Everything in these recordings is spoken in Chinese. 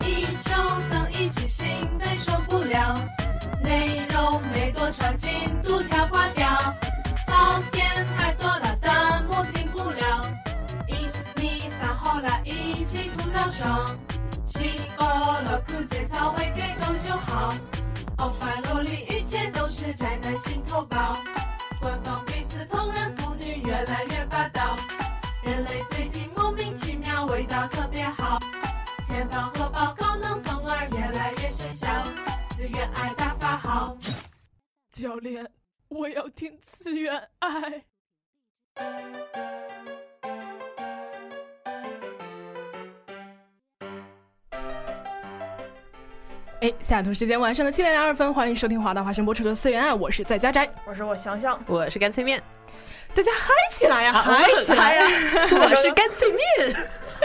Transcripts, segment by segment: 一周能一起兴奋受不了，内容没多少进度条挂掉，槽点太多了弹幕进不了，一起你撒后来一起吐到爽，洗过了枯节操喂给狗就好，欧巴萝莉御姐都是宅男心头宝，官方彼此同人腐女越来越霸道，人类最近莫名其妙味道特别好。前方和报高能风儿越来越喧嚣，自愿爱大发好。教练，我要听自愿爱。哎，西雅图时间晚上的七点零二分，欢迎收听华大华生播出的《次元爱》，我是在家宅，我说我想想，我是干脆面，大家嗨起来呀，啊嗨起哎来呀！ 我是干脆面，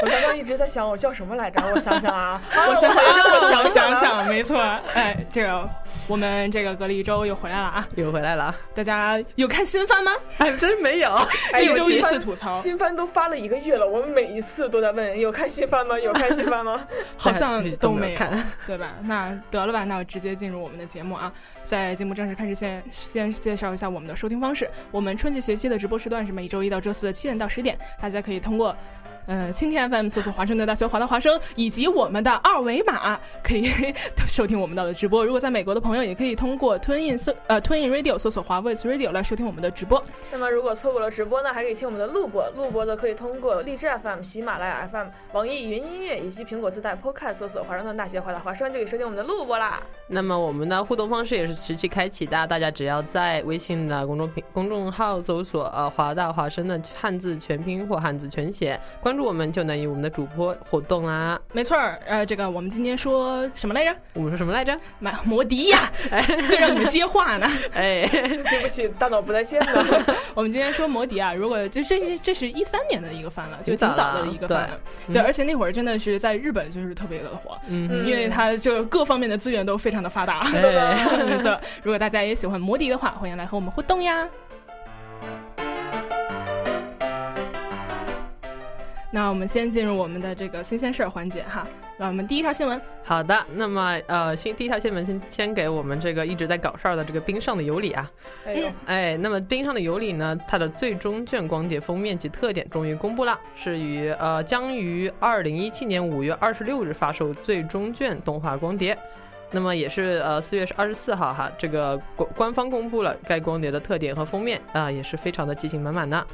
我刚刚一直在想我叫什么来着，我想想 啊，啊我想想，我 想了想想，没错，哎，这个我们这个隔离一周又回来了啊！又回来了啊！大家有看新番吗？哎，真没有，哎一有周一新番次吐槽，新番都发了一个月了，我们每一次都在问有看新 番吗？有看新番吗？好像都没有看。 对吧？那得了吧，那我直接进入我们的节目啊。在节目正式开始先先介绍一下我们的收听方式。我们春季学期的直播时段是每周一到周四的七点到十点，大家可以通过。呃，蜻蜓 FM 搜索华盛顿大学华大华生，以及我们的二维码可以 收听我们的直播。如果在美国的朋友，也可以通过 Twin In 搜呃 Twin In Radio 搜索华 Voice Radio 来收听我们的直播。那么如果错过了直播呢，还可以听我们的录播，录播的可以通过荔枝 FM、喜马拉雅 FM、网易云音乐以及苹果自带 Podcast 搜索“华盛顿大学华大华生”就可以收听我们的录播 啦。那么我们的互动方式也是持续开启的，大家只要在微信的公众平公众号搜索“呃华大华生”的汉字全拼或汉字全写，关注我们就能与我们的主播互动啦。没错儿，呃，这个我们今天说什么来着？我们说什么来着？买摩迪呀， 就让你们接话呢。哎，对不起，大脑不在线呢。 我们今天说摩迪啊，如果就这这这是一三年的一个番了，就挺挺早早的了一个对番了，嗯对，而且那会儿真的是在日本就是特别的火，嗯，因为它就各方面的资源都非常的发达。是的吧？ 没错，如果大家也喜欢摩迪的话，欢迎来和我们互动呀。那我们先进入我们的这个新鲜事儿环节哈，那我们第一条新闻，好的，那么呃，先第一条新闻先先给我们这个一直在搞事儿的这个冰上的尤里啊，哎呦，哎，那么《冰上的尤里》呢，它的最终卷光碟封面及特点终于公布了，是于呃将于二零一七年五月二十六日发售最终卷动画光碟。那么也是呃四月二十四号哈，这个官官方公布了该光碟的特点和封面啊、也是非常的激情满满的。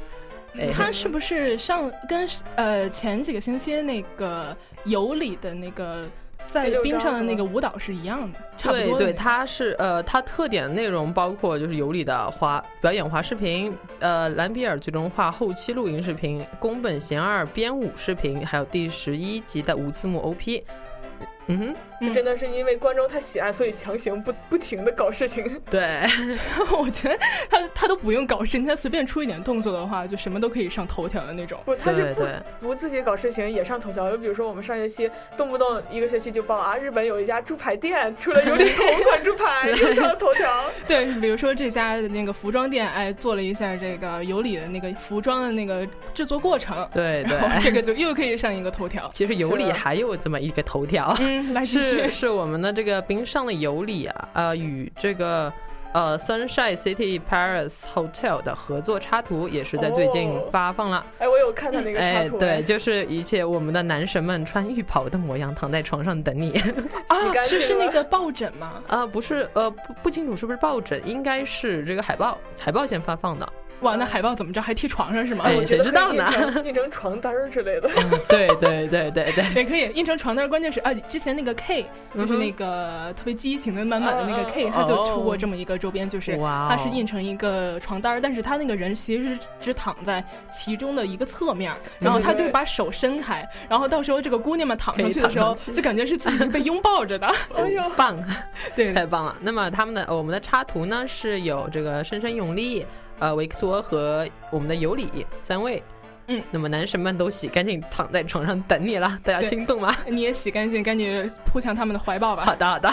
哎，它是不是上跟呃前几个星期那个尤里的那个在第六冰上章的是那吗个舞蹈是一样的，差不对多的那个对，它是呃，它特点内容包括就是尤里的滑表演滑视频，呃，兰比尔最终画后期录音视频，宫本贤二编舞视频，还有第十一集的无字幕 OP。嗯哼，嗯真的是因为观众太喜爱，所以强行不不停的搞事情。对， 我觉得他他都不用搞事情，他随便出一点动作的话，就什么都可以上头条的那种。不，他是对不对不自己搞事情也上头条。就比如说我们上学期动不动一个学期就报啊，日本有一家猪排店出了有点同款猪 排，又上了头条。对，比如说这家的那个服装店，哎，做了一下这个有理的那个服装的那个制作过程，对对。然后这个就又可以上一个头条。其实有理是还有这么一个头条，嗯，来继续是。是我们的这个冰上的尤里啊，呃，与这个呃 Sunshine City Paris Hotel 的合作插图也是在最近哦发放了。哎，我有看他那个插哎，图，对，就是一切我们的男神们穿浴袍的模样，躺在床上等你。洗干净啊是了。是那个抱枕吗？ 啊、不是，呃，不不清楚是不是抱枕，应该是这个海报，海报先发放的。哇，嗯那海报怎么着还贴床上是吗？哎我觉得谁知道可以呢印成 印成床单儿之类的。嗯对对对 对 对，也可以印成床单，关键是啊，之前那个 K 就是那个特别激情的满满的那个 K，嗯嗯嗯他就出过这么一个周边，就是哇哦他是 印成一个床单，但是他那个人其实是只躺在其中的一个侧面，然后他就是把手伸开，然后到时候这个姑娘们躺上去的时候，可以躺上去就感觉是自己被拥抱着 的，哎呦，棒，对太棒了。那么他们的、呃我们的插图呢是有这个深深永利、呃维克多和我们的尤里三位。嗯，那么男神们都洗干净，躺在床上等你了，大家对心动吗？你也洗干净，赶紧扑向他们的怀抱吧好。的，好的。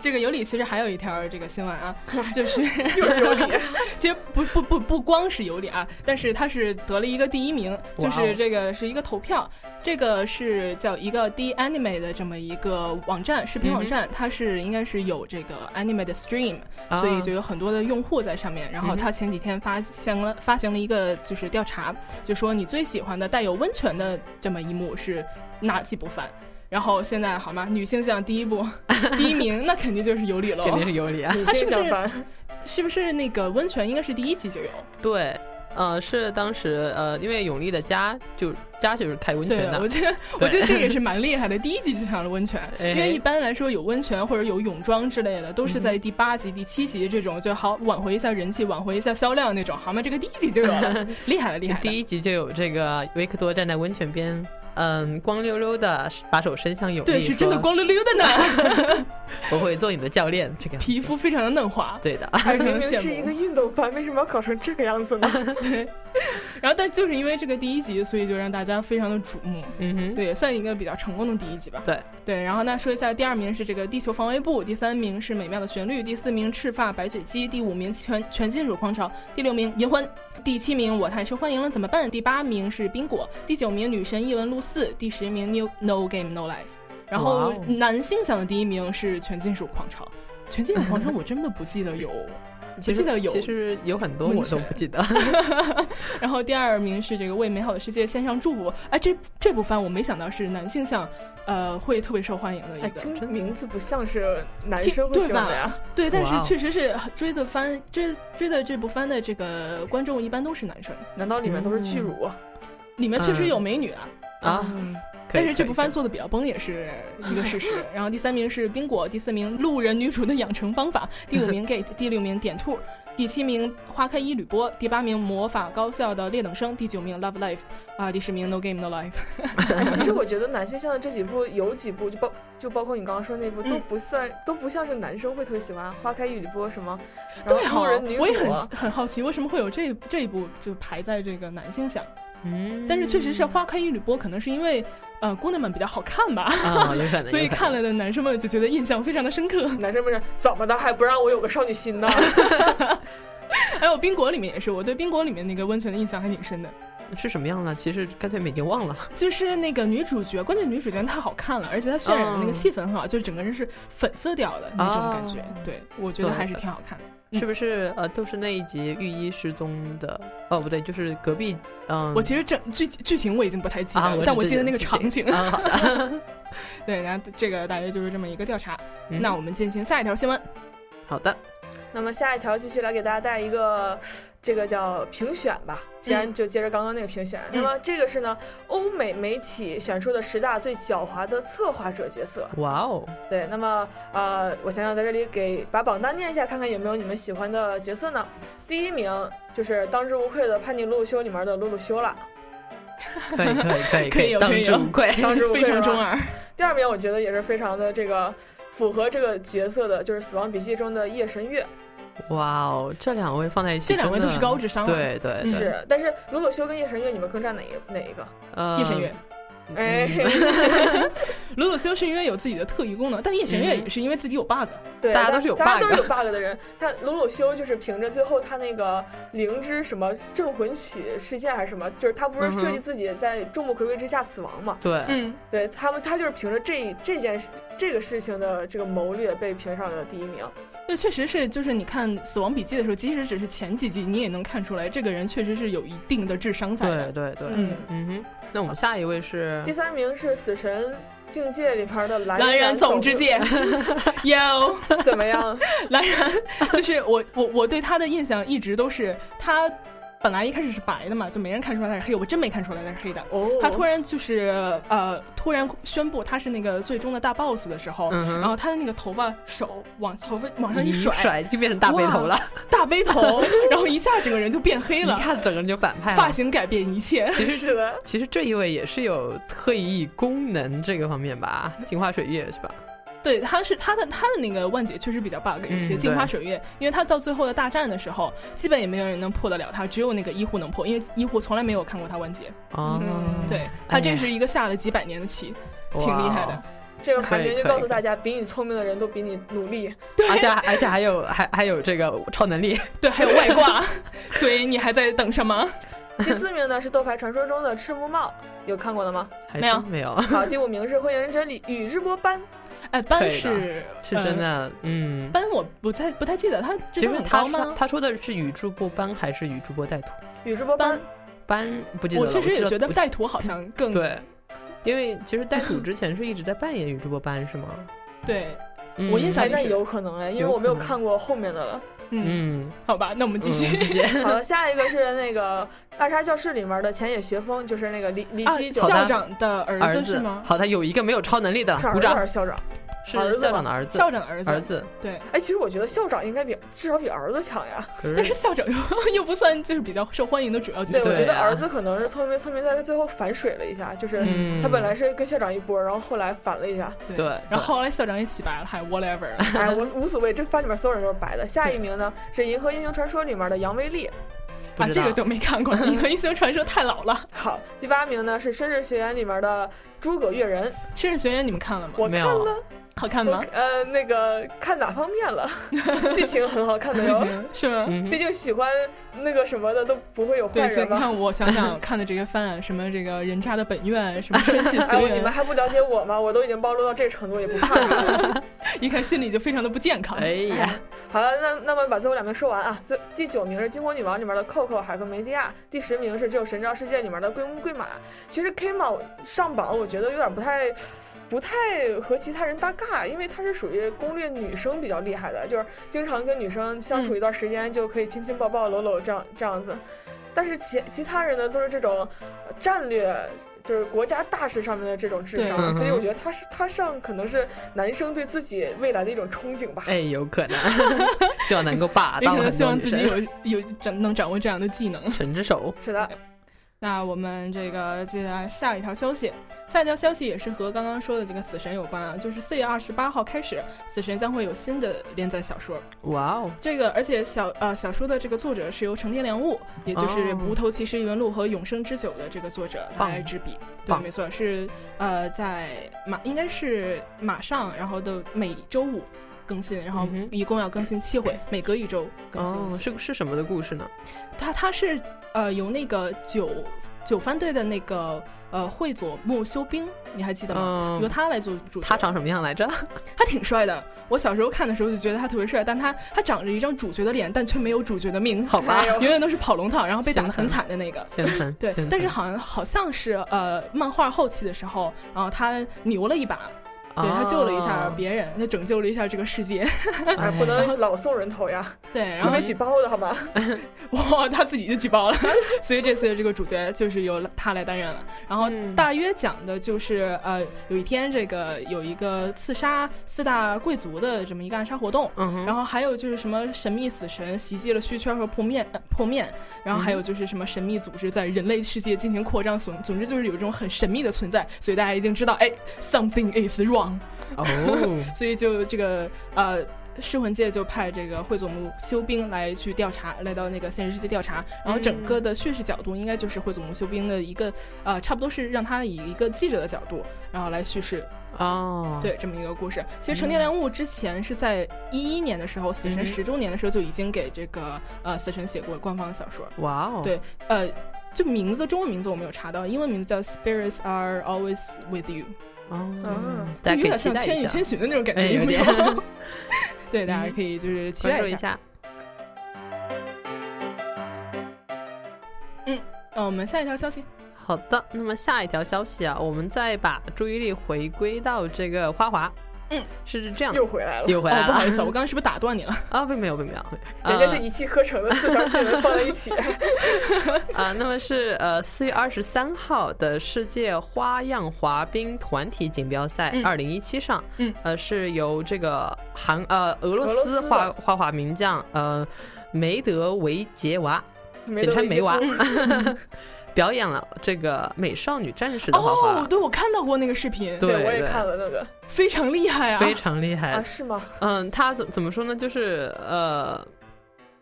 这个有理，其实还有一条这个新 闻啊，就是。又是有理， 其实不不不不光是有理啊，但是他是得了一个第一名，就哇哦是这个是一个投票，这个是叫一个 D Anime 的这么一个网站，视嗯频网站，它是应该是有这个 Anime 的 Stream，、啊嗯所以就有很多的用户在上面。然后他前几天发行了发行了一个就是调查，就说你最喜欢的带有温泉的这么一幕是哪几部番？然后现在好吗？女性向第一 部第一名，那肯定就是有理喽。肯定是尤里啊。女是性不相是反，是不是那个温泉应该是第一集就有？对，呃，是当时呃，因为永利的家就家就是开温对泉，我的， 觉得我觉得这也是蛮厉害的。第一集就上了温泉，哎嗯因为一般来说有温泉或者有泳装之类的，都是在第八集、第七集这种，就好挽回一下人气、挽回一下销量那种，好吗？这个第一集就有 了，厉害了，厉害了！第一集就有这个维克多站在温泉边，嗯，光溜溜的把手伸向永利，对，是真的，光溜溜的呢， 我会做你的教练，这个样子皮肤非常的嫩 滑，对的。非常哎明的 明是一羡个慕。运动番，为什么要搞成这个样子呢？哎然后，但就是因为这个第一集，所以就让大家非常的瞩目。嗯哼，对，也算一个比较成功的第一集吧。对对，然后那说一下，第二名是这个《地球防卫部》，第三名是《美妙的旋律》，第四名《赤发白雪姬》，第五名全《全金属狂潮》，第六名《银魂》，第七名《我太受欢迎了怎么办》，第八名是《冰果》，第九名《女神异闻录四》，第十名《New No Game No Life》。然哇后哦男性向的第一名是《全金属狂潮》，《全金属狂潮》我真的不记得有，不其记实得有其实有很多温我都泉不 记得。然后第二名是这个为美好的世界献上祝福。哎，这这部番我没想到是男性向，呃，会特别受欢迎的一个。哎，听名字不像是男生会对喜欢的吧呀。对，但哇是哦确实是追的番追追的这部番的这个观众一般都是男生，难道里面都是巨乳？啊里面确实有美女啊。啊，嗯嗯可以但是这部番可以做的比较崩也是一个事 实。然后第三名是冰果，第四名路人女主的养成方法，第五名 Gate，第六名点兔，第七名花开一缕波，第八名魔法高校的劣等生，第九名 Love Life，啊、第十名 No Game No Life。哎 其实我觉得男性向的这几部有几部，就包就包括你刚刚说那部，都嗯不算、都不像是男生会特别喜欢。花开一缕波什么，然对后哈、路人女主，我也很啊 很好奇，为什么会有这这一部就排在这个男性向？嗯，但是确实是花开一缕波，可能是因为呃姑娘们比较好看吧，啊，有可能， 所以有可能看了的男生们就觉得印象非常的深刻。 男生们是怎么的还不让我有个少女心呢？ 还有冰果里面也是，我对冰果里面那个温泉的印象还挺深的，是什么样了，其实干脆已经忘了。就是那个女主角，关键女主角太好看了，而且她渲染的那个嗯气氛很好，就是整个人是粉色调的那种感觉哦。对，我觉得对还是挺好看的。嗯是不是呃，都是那一集御医失踪的？哦，不对，就是隔壁，嗯，我其实整剧剧情我已经不太记得啊，了，是但我记得那个这场景。啊，好 的， 对，然后这个大约就是这么一个调查。嗯那我们进行下一条新闻。好的，那么下一条继续来给大家带一个，这个叫评选吧。既嗯然就接着刚刚那个评选，那么这个是呢，欧美媒体选出的十大最狡猾的策划者角色。哇哦，对，那么呃，我想想在这里给把榜单念一下，看看有没有你们喜欢的角色呢？第一名就是当之无愧的《叛逆露露修》里面的露露修了。可以 可以哎可以可以有当可以之有无愧。当之无愧非常是吧中二。第二名我觉得也是非常的这个符合这个角色的，就是《死亡笔记》中的夜神月哇哦，这两位放在一起，这两位真都的是高。智商啊，对对对，是。但是卢柳修跟夜神月，你们更占哪一哪一 个？呃夜神月。 哎，鲁鲁修是因为有自己的特异功能，但夜神月嗯也是因为自己有 bug。对，大家大都是有大家 bug 都是有 bug 的人。他鲁鲁修就是凭着最后他那个灵芝什么镇魂曲事件还是什么，就是他不是设嗯计哼自己在众目睽睽之下死亡嘛？对，嗯，对他们，他就是凭着这这件事这个事情的这个谋略被评上了第一名。对，确实是，就是你看《死亡笔记》的时候，即使只是前几集，你也能看出来，这个人确实是有一定的智商在对的。对对，嗯嗯哼。那我们下一位是第三名是《死神境界》里边的蓝蓝染染总之界，有怎么 样？蓝染，就是我我我对他的印象一直都是他本来一开始是白的嘛，就没人看出来他是黑，我真没看出来他是黑的。哦，他突然就是呃，突然宣布他是那个最终的大 boss 的时候，嗯哼然后他的那个头发手往头发往上一一甩，甩就变成大背头了，大背 头，然后一下整个人就变黑一了，看整个人就反派发了。型改变一切。其实是的，其实这一位也是有特异功能这个方面 吧，镜花水月是吧？对，他是他的他的那个万劫确实比较 bug 一些，嗯镜花对水月，因为他到最后的大战的时候，基本也没有人能破得了他，只有那个医护能破，因为医护从来没有看过他完结。哦，嗯对哎他呀哦这是一个下了几百年的棋，挺厉害的。这个排可以名就可以告诉大家，比你聪明的人都比你努力。对，而且而且还有还还有这个超能力，对，还有外挂， 所以你还在等什么？第四名呢是《斗牌传说》中的赤木茂，有看过的吗？还没有真没有， 好，第五名是《火影忍者》里宇智波斑，哎，可班以的是是呃真。的，嗯。班我不太不太记得他智其商实很他高说吗？他说的是与主播班还是与主播带徒宇智波斑斑班？不记得我了。确实记也觉得我记带图好像更对，因为其实带徒之前是一直在扮演与主播班是吗？对嗯我印象哎，里那是有可能哎，因为有我没有可能看过后面的了。嗯，嗯，好吧，那我们继续嗯。继 续好了，下一个是那个《暗杀教室》里面的浅野学风，就是那个李李啊，基九好的校长的嗯儿儿子是吗？好，他有一个没有超能力的是，儿鼓子掌还。是校长？是儿子校吧长的儿子，校长的儿子，儿子。对，哎，其实我觉得校长应该比至少比儿子强呀。可但是校长 又又不算就是比较受欢迎的主要角对，色我。觉得啊儿子可能是聪明聪明，在他最后反水了一下，就是嗯他本来是跟校长一波，然后后来反了一下。对对然后后来校长也洗白了，还 whatever 了。哎，无无所谓，这番里面所有人都是白的。下一名呢是《银河英雄传说》里面的杨威利。 不啊，知这个道就没看过了，《银河英雄传说》太老了。好，第八名呢是《绅士学员》里面的诸葛月人。 《绅士学院》你们看了吗？我没看有了，好看我吗？呃，那个看哪方面了？ 剧情很好看的哟。是吗？嗯毕竟喜欢那个什么的都不会有坏对，所以人你吧？看，我想 想看的这个番啊，什么这个人渣的本愿，什么绅士 哎，学我你们院，还不了解我吗？我都已经暴露到这程度，也不怕你们。一看心里就非常的不健康。哎呀，好了，那那么把最后两名说完啊。最第九名是《金国女王》里面的扣扣海和梅蒂亚，第十名是《只有神知道世界》里面的龟木贵马。其实 K 马上榜，我觉得有点不太不太和其他人搭嘎，因为她是属于攻略女生比较厉害的，就是经常跟女生相处一段时间就可以亲亲抱抱、搂搂这样这样子。但是其其他人呢，都是这种呃战略。就是国家大事上面的这种智对商，嗯所以哼我觉得她是她上可能是男生对自己未来的一种憧憬吧。哎，有可能， 希望能够霸 也道可能很希多望女自己生。有有掌能掌握这样的技能。神之手，是的，那我们这个接下来下一条消息，下一条消息也是和刚刚说的这个死神有关啊，就是四月二十八号开始，死神将会有新的连载小说。哇哦，这个而且小呃小说的这个作者是由成田良悟，也就是哦《无头骑士异闻录》和《永生之酒》的这个作者棒来执笔。对，棒没错，是呃在马应该是马上，然后的每周五。更新，然后嗯哼一共要更新七回，每隔一周更新一哦，次。是是什么的故事呢？他他是呃由那个九九番队的那个呃惠佐木修兵，你还记得吗？由嗯，他来做主角，他长什么样 来着？他挺帅的。我小时候看的时候就觉得他特别帅，但他他长着一张主角的脸，但却没有主角的命，好吧， 永远都是跑龙套，然后被打得心疼很惨的那个。先分，对先，但是分好像好像是呃，漫画后期的时候，然后他牛了一把，对他救了一下啊别人，他拯救了一下这个世 界。哎，不能老送人头呀，对， 然会后嗯被举报的好吗？哇，他自己就举报了， 所以这次的这个主角就是由他来担任了。然后嗯大约讲的就是，呃，有一天这个有一个刺杀四大贵族的这么一个暗杀活动，嗯哼然后还有就是什么神秘死神袭击了虚圈和破面、呃破面，然后还有就是什么神秘组织在人类世界进行扩张，总总之就是有一种很神秘的存在，所以大家一定知道，哎，something is wrong。哦，所以就这个呃，噬魂界就派这个会佐木修兵来去调查，来到那个现实世界调查。然后整个的叙事角度应该就是会佐木修兵的一个呃，差不多是让他以一个记者的角度，然后来叙事 哦，，对这么一个故事。其实《成年良物》之前是在一一年的时候，死嗯嗯哼神十周年的时候就已经给这个呃死神写过官方小说，哇哦，对呃。就名字，中文名字我没有查到，英文名字叫《Spirits Are Always With You》，哦嗯，大就家有点可以期像《待千与一千 下，寻》的那种感哎，觉，有没点嗯有？ 对，大家可以就是期关待注一一下。下，呃，我们下一条消息，好的，那么下一条消息啊，我们再把注意力回归到这个花滑，嗯，是这样的又，回来了，又回来哦，不好了意思，我刚刚是不是打断 你了？啊，并没有，并没有，人家呃是一气呵成的四条新闻放在一起，呃啊，那么是呃四月二十三号的世界花样滑冰团体锦标赛嗯二零一七上，嗯，呃是由这个韩呃俄罗俄罗斯斯的花花滑名将呃梅德韦杰娃， 没简得称维基梅娃 夫，表演了这个美少女战士的花滑，哦对，我看到过那个视频，对我也对看了那个非常厉害啊！非常厉害啊，，是吗？哎嗯，他怎怎么说呢？就是呃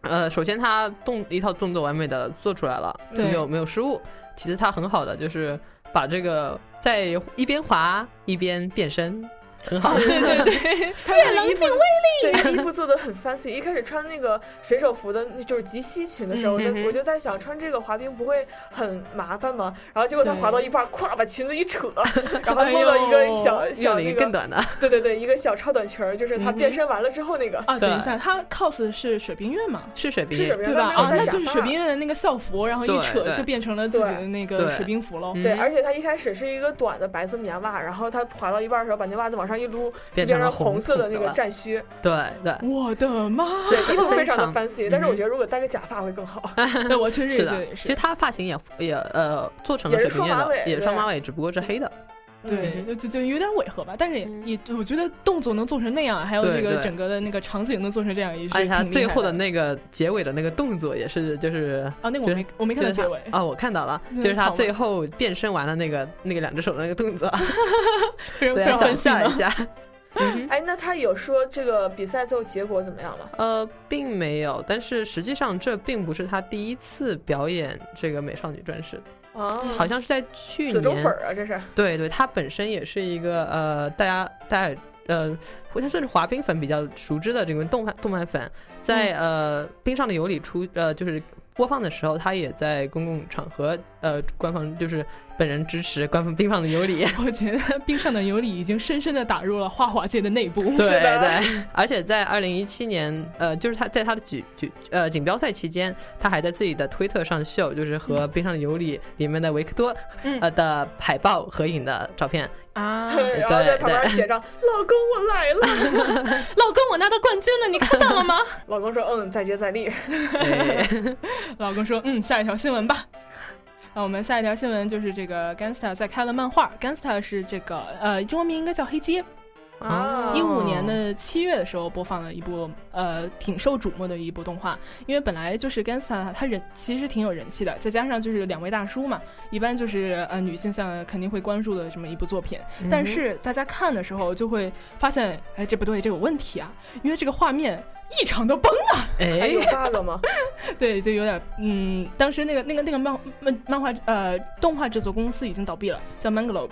呃，首先他动一套动作完美的做出来了，对没有没有失误。其次他很好的就是把这个在一边滑一边变身，很好。 对对对， 他那个衣服，对，那个衣服做的很 fancy。一开始穿那个水手服的，那就是及膝裙的时候，我就嗯嗯嗯我就在想，穿这个滑冰不会很麻烦吗？然后结果他对滑到一半，咵把裙子一 扯，然后哎弄到一个呦小要小了一那个个，更短的，对对对，一个小超短裙儿，就是嗯他变身完了之后那个。啊，等一对下，他 cos 是水冰月嘛？是水冰是什么呀？对他吧？没有啊，戴那假就是水发冰。月的那个校服，然后一对扯对就变成了自己的那个对水冰服喽。嗯对，而且他一开始是一个短的白色棉袜，然后他滑到一半的时候，把那袜子往上一撸，就变变成成了红色的那红个色的战靴。对对，嗯 我的妈！ 对，衣服非常的非常 fancy，但是我嗯觉得如果戴个假发会更好。对，我确实也觉是得的也。其实是。他发型也也呃做成了也水是冰月双马尾的，也是对双马尾，只不过是黑的。对，嗯就就有点违和吧，但是也嗯也，我觉得动作能做成那样，还有这对个对整个的那个场景能做成这样，也是而挺且厉害他最后的的那个结尾的那个动作也是就是啊，那个就我是没我没看就到是结他 尾，啊，我看到了，嗯就是他好吗最后变身完了那个那个两只手的那个动 作，非常大非常家想分心象一呢。下。 嗯哎，那他有说这个比赛最后结果怎么样吗？呃，并没有，但是实际上这并不是他第一次表演这个美少女战士，啊，嗯好像是在去死忠年粉。儿啊，这是。对对，他本身也是一个呃，大家大家呃，或者算是滑冰粉比较熟知的这个动漫动漫粉，在、嗯呃《冰上的尤里出呃就是播放的时候，他也在公共场合呃官方就是本人支持官方《冰上的尤里》。我觉得冰上的尤里已经深深的打入了花滑界的内部。 对是的对， 而且在二零一七年，呃，就是他在他的举举呃锦标赛期间，他还在自己的推特上秀，就是和《冰上的尤里》里面的维克多、嗯呃的海报合影的照片。 啊然后在旁边 对 写上“老公，我来了。老公，我拿到冠军了，你看到了吗？”老公说：“嗯，再接再厉。对，老公说，嗯，下一条新闻吧。那、我们下一条新闻就是这个 Gangsta 在开了漫画，Gangsta 是这个呃中文名应该叫黑街，”啊一五年的七月的时候播放了一部呃挺受瞩目的一部动画，因为本来就是 Gansa 他人其实挺有人气的，再加上就是两位大叔嘛，一般就是呃女性向肯定会关注的这么一部作品，嗯哦但是大家看的时候就会发现，哎这不对，这有问题啊，因为这个画面异常的崩啊，哎，哎有 bug 吗？对，就有点嗯，当时那个那个那个漫漫漫画呃动画制作公司已经倒闭了，叫 Manglobe，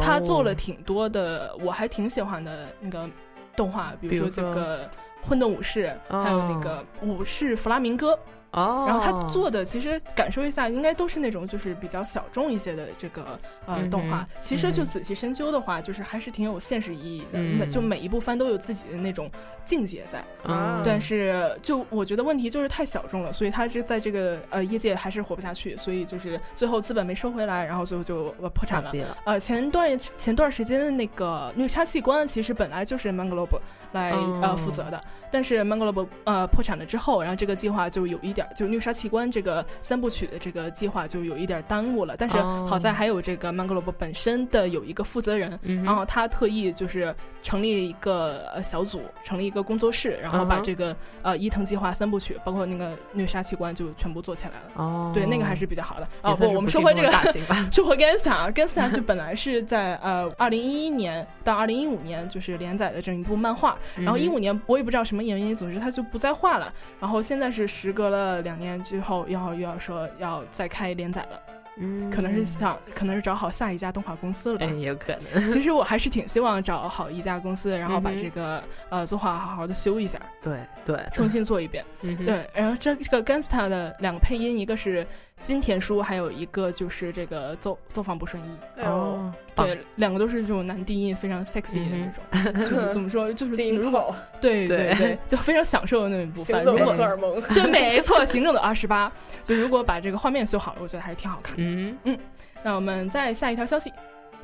他做了挺多的，我还挺喜欢的那个动画，比比如说如这说个《混沌武士》，还有那个《武士弗拉明戈》。哦，然后他做的其实感受一下，应该都是那种就是比较小众一些的这个呃嗯动画哼。其实就仔细深究的话，就是还是挺有现实意义的。嗯每就每一部番都有自己的那种境界在，嗯但是就我觉得问题就是太小众了，所以他这在这个呃业界还是活不下去，所以就是最后资本没收回来，然后最后就呃破产差了。别了，呃，前段前段时间的那个虐杀器官，其实本来就是 Manglobe 来、哦呃负责的，但是 Manglobe 呃破产了之后，然后这个计划就有一点儿，就虐杀器官这个三部曲的这个计划就有一点儿耽误了。但是哦好在还有这个 Manglobe 本身的有一个负责人。嗯哼然后他特意就是成立一个呃小组，成立一个工作室，然后把嗯哼这个、呃伊藤计划三部曲，包括那个虐杀器官就全部做起来了。哦，对，那个还是比较好的。也哦不算，是我们不说幸回中这的个大 型吧， 说回 Gangsta 啊 Gangsta 其实本来是在呃二零一一年到二零一五年就是连载的这一部漫画，嗯然后一五年我也不知道什么原因，总之他就不再画了。然后现在是时隔了两年之后，要又要说要再开连载了，嗯可能是想可能是找好下一家动画公司了吧 哎，。有可 能，其实我还是挺希望找好一家公司，然后把嗯哼这个、呃作画好好的修一下，对对，重新做一遍。嗯哼，对，然后这这个 Gangsta 的两个配音，一个是金田淑，还有一个就是这个奏奏访不顺一。哎呦，哦，对，两个都是这种男低音非常 sexy 的那种，就是怎么说， 就是低音如果炮，对嗯对对对，就非常享受那一部行分。走如的果荷尔蒙，对，没错，行政的二十八，就如果把这个画面修好了，我觉得还是挺好看的。嗯。那我们再下一条消息，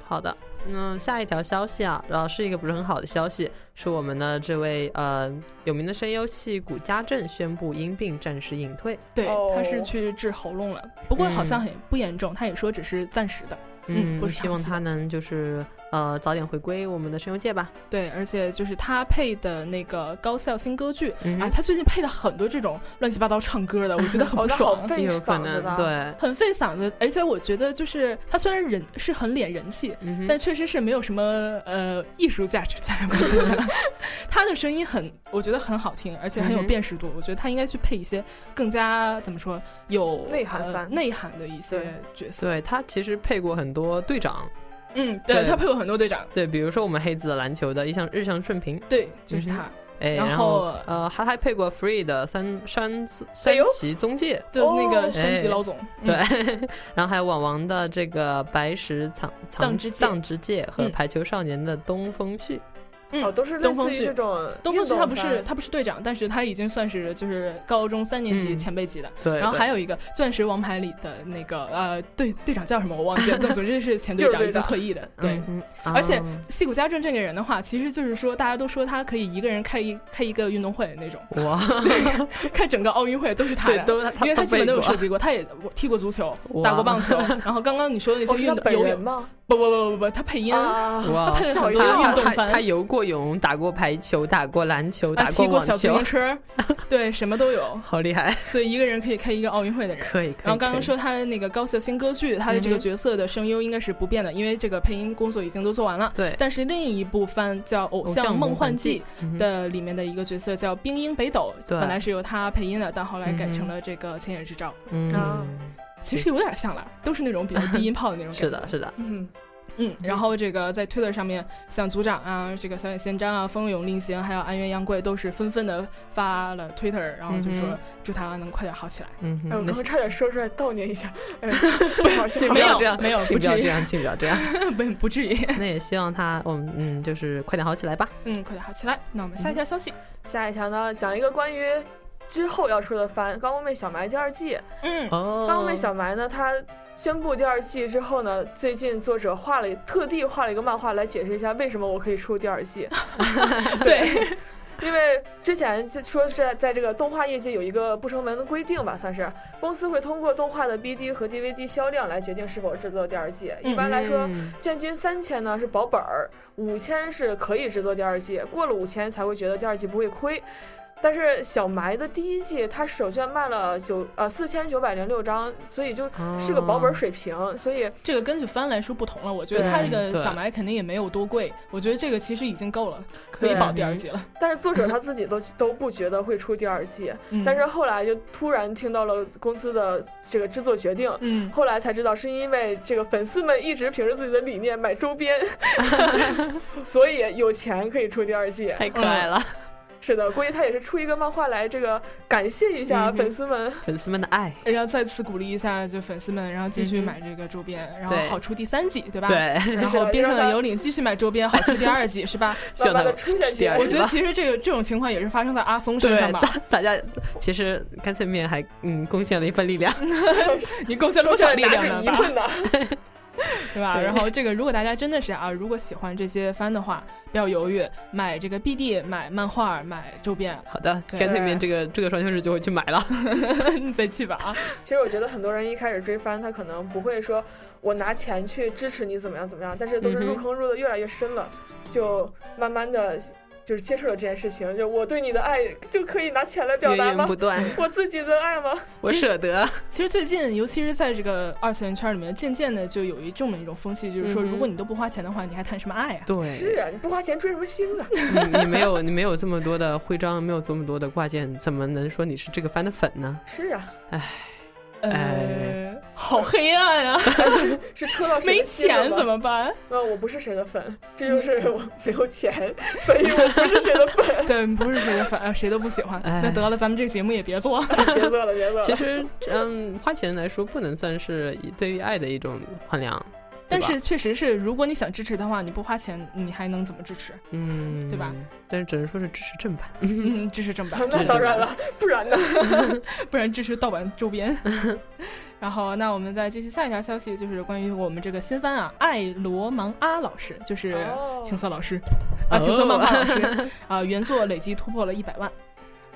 好的，嗯，下一条消息啊，然后是一个不是很好的消息，是我们的这位呃有名的声优系谷家正宣布因病暂时隐退。对哦，嗯他是去治喉咙了，不过好像很不严重，他也说只是暂时的。嗯不是希望长期他能就是呃早点回归我们的声优界吧。对，而且就是他配的那个高校新歌剧，嗯哎，他最近配的很多这种乱七八糟唱歌的，我觉得很哦不那好爽。费有可嗓子能吧？，对， 很费嗓子，而且我觉得就是他虽然人是很敛人气，嗯哼但确实是没有什么呃艺术价值在，我觉 得 他的声音很，我觉得很好听，而且很有嗯哼辨识度。我觉得他应该去配一些更加怎么说有内涵呃番内涵的一些对角色。对他其实配过很多队长，嗯，对对他配过很多队长，对，比如说我们黑子的篮球的一向日向顺平，对，就是他。哎，然然后呃他还配过 Free 的三山哎山呦崎宗介，就是那哦个山崎哎老总，嗯对，然后还有网王的这个白石藏藏藏之介藏之介和嗯排球少年的东风旭，哦，都是类东风似于旭这种东风运旭动他不是番他不是队长，但是他已经算是就是高中三年级嗯前辈级的。对，然后对还有一个《钻石王牌》里的那个呃队队长叫什么我忘记了，但总之是前 队又长是已队经长退役的。对嗯，哼而且哦戏骨家政这个人的话，其实就是说大家都说他可以一个人开一开一个运动会的 那种， 哦哇，开整个奥运会都是他对，的。都他因为他他基本都有背过涉及过，他也我踢过足球，哇打过棒 球，然后刚刚你说的那哦，是些运他动本游人泳，吗？不不不不不，他配音，啊， 他哇配。了吓我很一多跳运他动他他番，游过泳，打过排球，打过篮球，啊，打骑过网小自球行，车，对，什么都有， 好厉害！所以一个人可以开一个奥运会的人。可以，可以然后刚可刚以说他的那个高校新歌剧，他的这嗯个哼角色的声优应该是不变的，因为这个配音工作已经都做完了。对但是另一部番叫《偶偶像像梦梦幻幻记记嗯》哼的里面的一个角色叫冰英北斗，对本来是由他配音的，但后来改嗯成哼了这个千野之照。啊嗯，其实有点像了，都是那种比 较低音炮的那种感觉。是的，是的，嗯，嗯，然后这个在推特上面，像组长啊、这个小野贤章啊、风永令行，还有安原洋贵，都是纷纷的发了推特，然后就嗯说哼祝他能快点好起来。嗯哼哎，我刚那刚差点说出来悼念一下， 哎，幸好幸好没有这样，没有请不不要至于这样，请不要这样。不不至于， 那也希望他，我们嗯，就是快点好起来吧。嗯，快点好起来。那我们下一条消息，下一条呢，讲一个关于之后要出的番《高光妹小埋》第二季。嗯，哦， 《高光妹小埋》呢，它宣布第二季之后呢，最近作者画了特地画了一个漫画来解释一下为什么我可以出第二季， 对，因为之前就说是在在这个动画业界有一个不成文的规定吧，算是公司会通过动画的 BD 和 DVD 销量来决定是否制作第二季。一般来说，嗯建军三千呢是保本儿，五千是可以制作第二季，过了五千才会觉得第二季不会亏。但是小埋的第一季，它首卷卖了九呃四千九百零六张，所以就是个保本水平。所以这个根据番来说不同了，我觉得他这对个小埋肯定也没有多贵，我觉得这个其实已经够了，可对以保第二季了。但是作者他自己都都不觉得会出第二季，嗯但是后来就突然听到了公司的这个制作决定。嗯，后来才知道，是因为这个粉丝们一直凭着自己的理念买周边，所以有钱可以出第二季。嗯太可爱了。是的，估计他也是出一个漫画来这个感谢一下嗯哼粉丝们。粉丝们的爱，然后再次鼓励一下就粉丝们，然后继续嗯哼买这个周边，然后对好出第三季，对吧？。对，然是后的边上让的他有领继续买周边，好出第二 季，是吧？希望慢慢地他出现起来我是觉吧得其实这个这种情况也是发生在阿松身对上 吧。大家其实干脆面还嗯贡献了一份力量，你贡献了都不现少在力拿量着呢一吧，份呢，对吧？对然后这个，如果大家真的是啊，如果喜欢这些番的话，不要犹豫，买这个 BD，买漫画，买周边， 好的，对干脆面这个这个双休日就会去买了。你再去吧啊。其实我觉得很多人一开始追番，他可能不会说我拿钱去支持你怎么样怎么样，但是都是嗯哼入坑入的越来越深了，就慢慢的就是接受了这件事情，就我对你的爱就可以拿钱来表达源源吗不？断，我自己的爱吗？我舍得。其实最近，尤其是在这个二次元圈里面，渐渐的就有一这么一种风气，就是说，嗯哼如果你都不花钱的话，你还谈什么爱啊？对，是啊，你不花钱追什么啊新的？你你没有你没有这么多的徽章，没有这么多的挂件，怎么能说你是这个番的粉呢？是啊，呃，哎好黑暗 啊！但是是戳到谁没的心了钱吗怎？么办？ 呃，我不是谁的粉，这就是我没有钱，所以我不是谁的粉。对，不是谁的反，谁都不喜欢。哎那得了，咱们这个节目也别 做。别做了，别做其了。，实，嗯，花钱来说不能算是一对于爱的一种衡量，对但吧是确实是，如果你想支持的话，你不花钱，你还能怎么支持？嗯，对吧？但是只能说是支持正版。嗯，支持正版 那当然了，不然呢？不然支持盗版周边。 然后，那我们再继续下一条消息，就是关于我们这个新番啊，爱罗芒阿老师，就是哦青涩老师、啊，青涩漫画老师 啊、原作累计突破了一百万，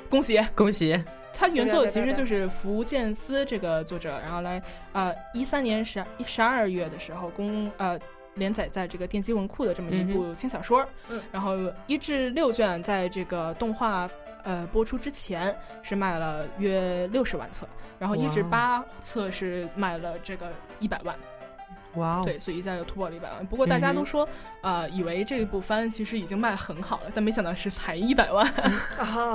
恭喜！恭喜，他原作其实就是福建司这个作者，然后来呃一三年十十二月的时候公呃连载在这个电击文库的这么一部轻小说，嗯然后一至六卷在这个动画。呃，播出之前是卖了约六十万册，然后一至八册是卖了这个一百万，哇哦！对，所以一下就突破了一百万。不过大家嗯哼都说，呃，以为这部番其实已经卖得很好了，但没想到是才一百万，啊，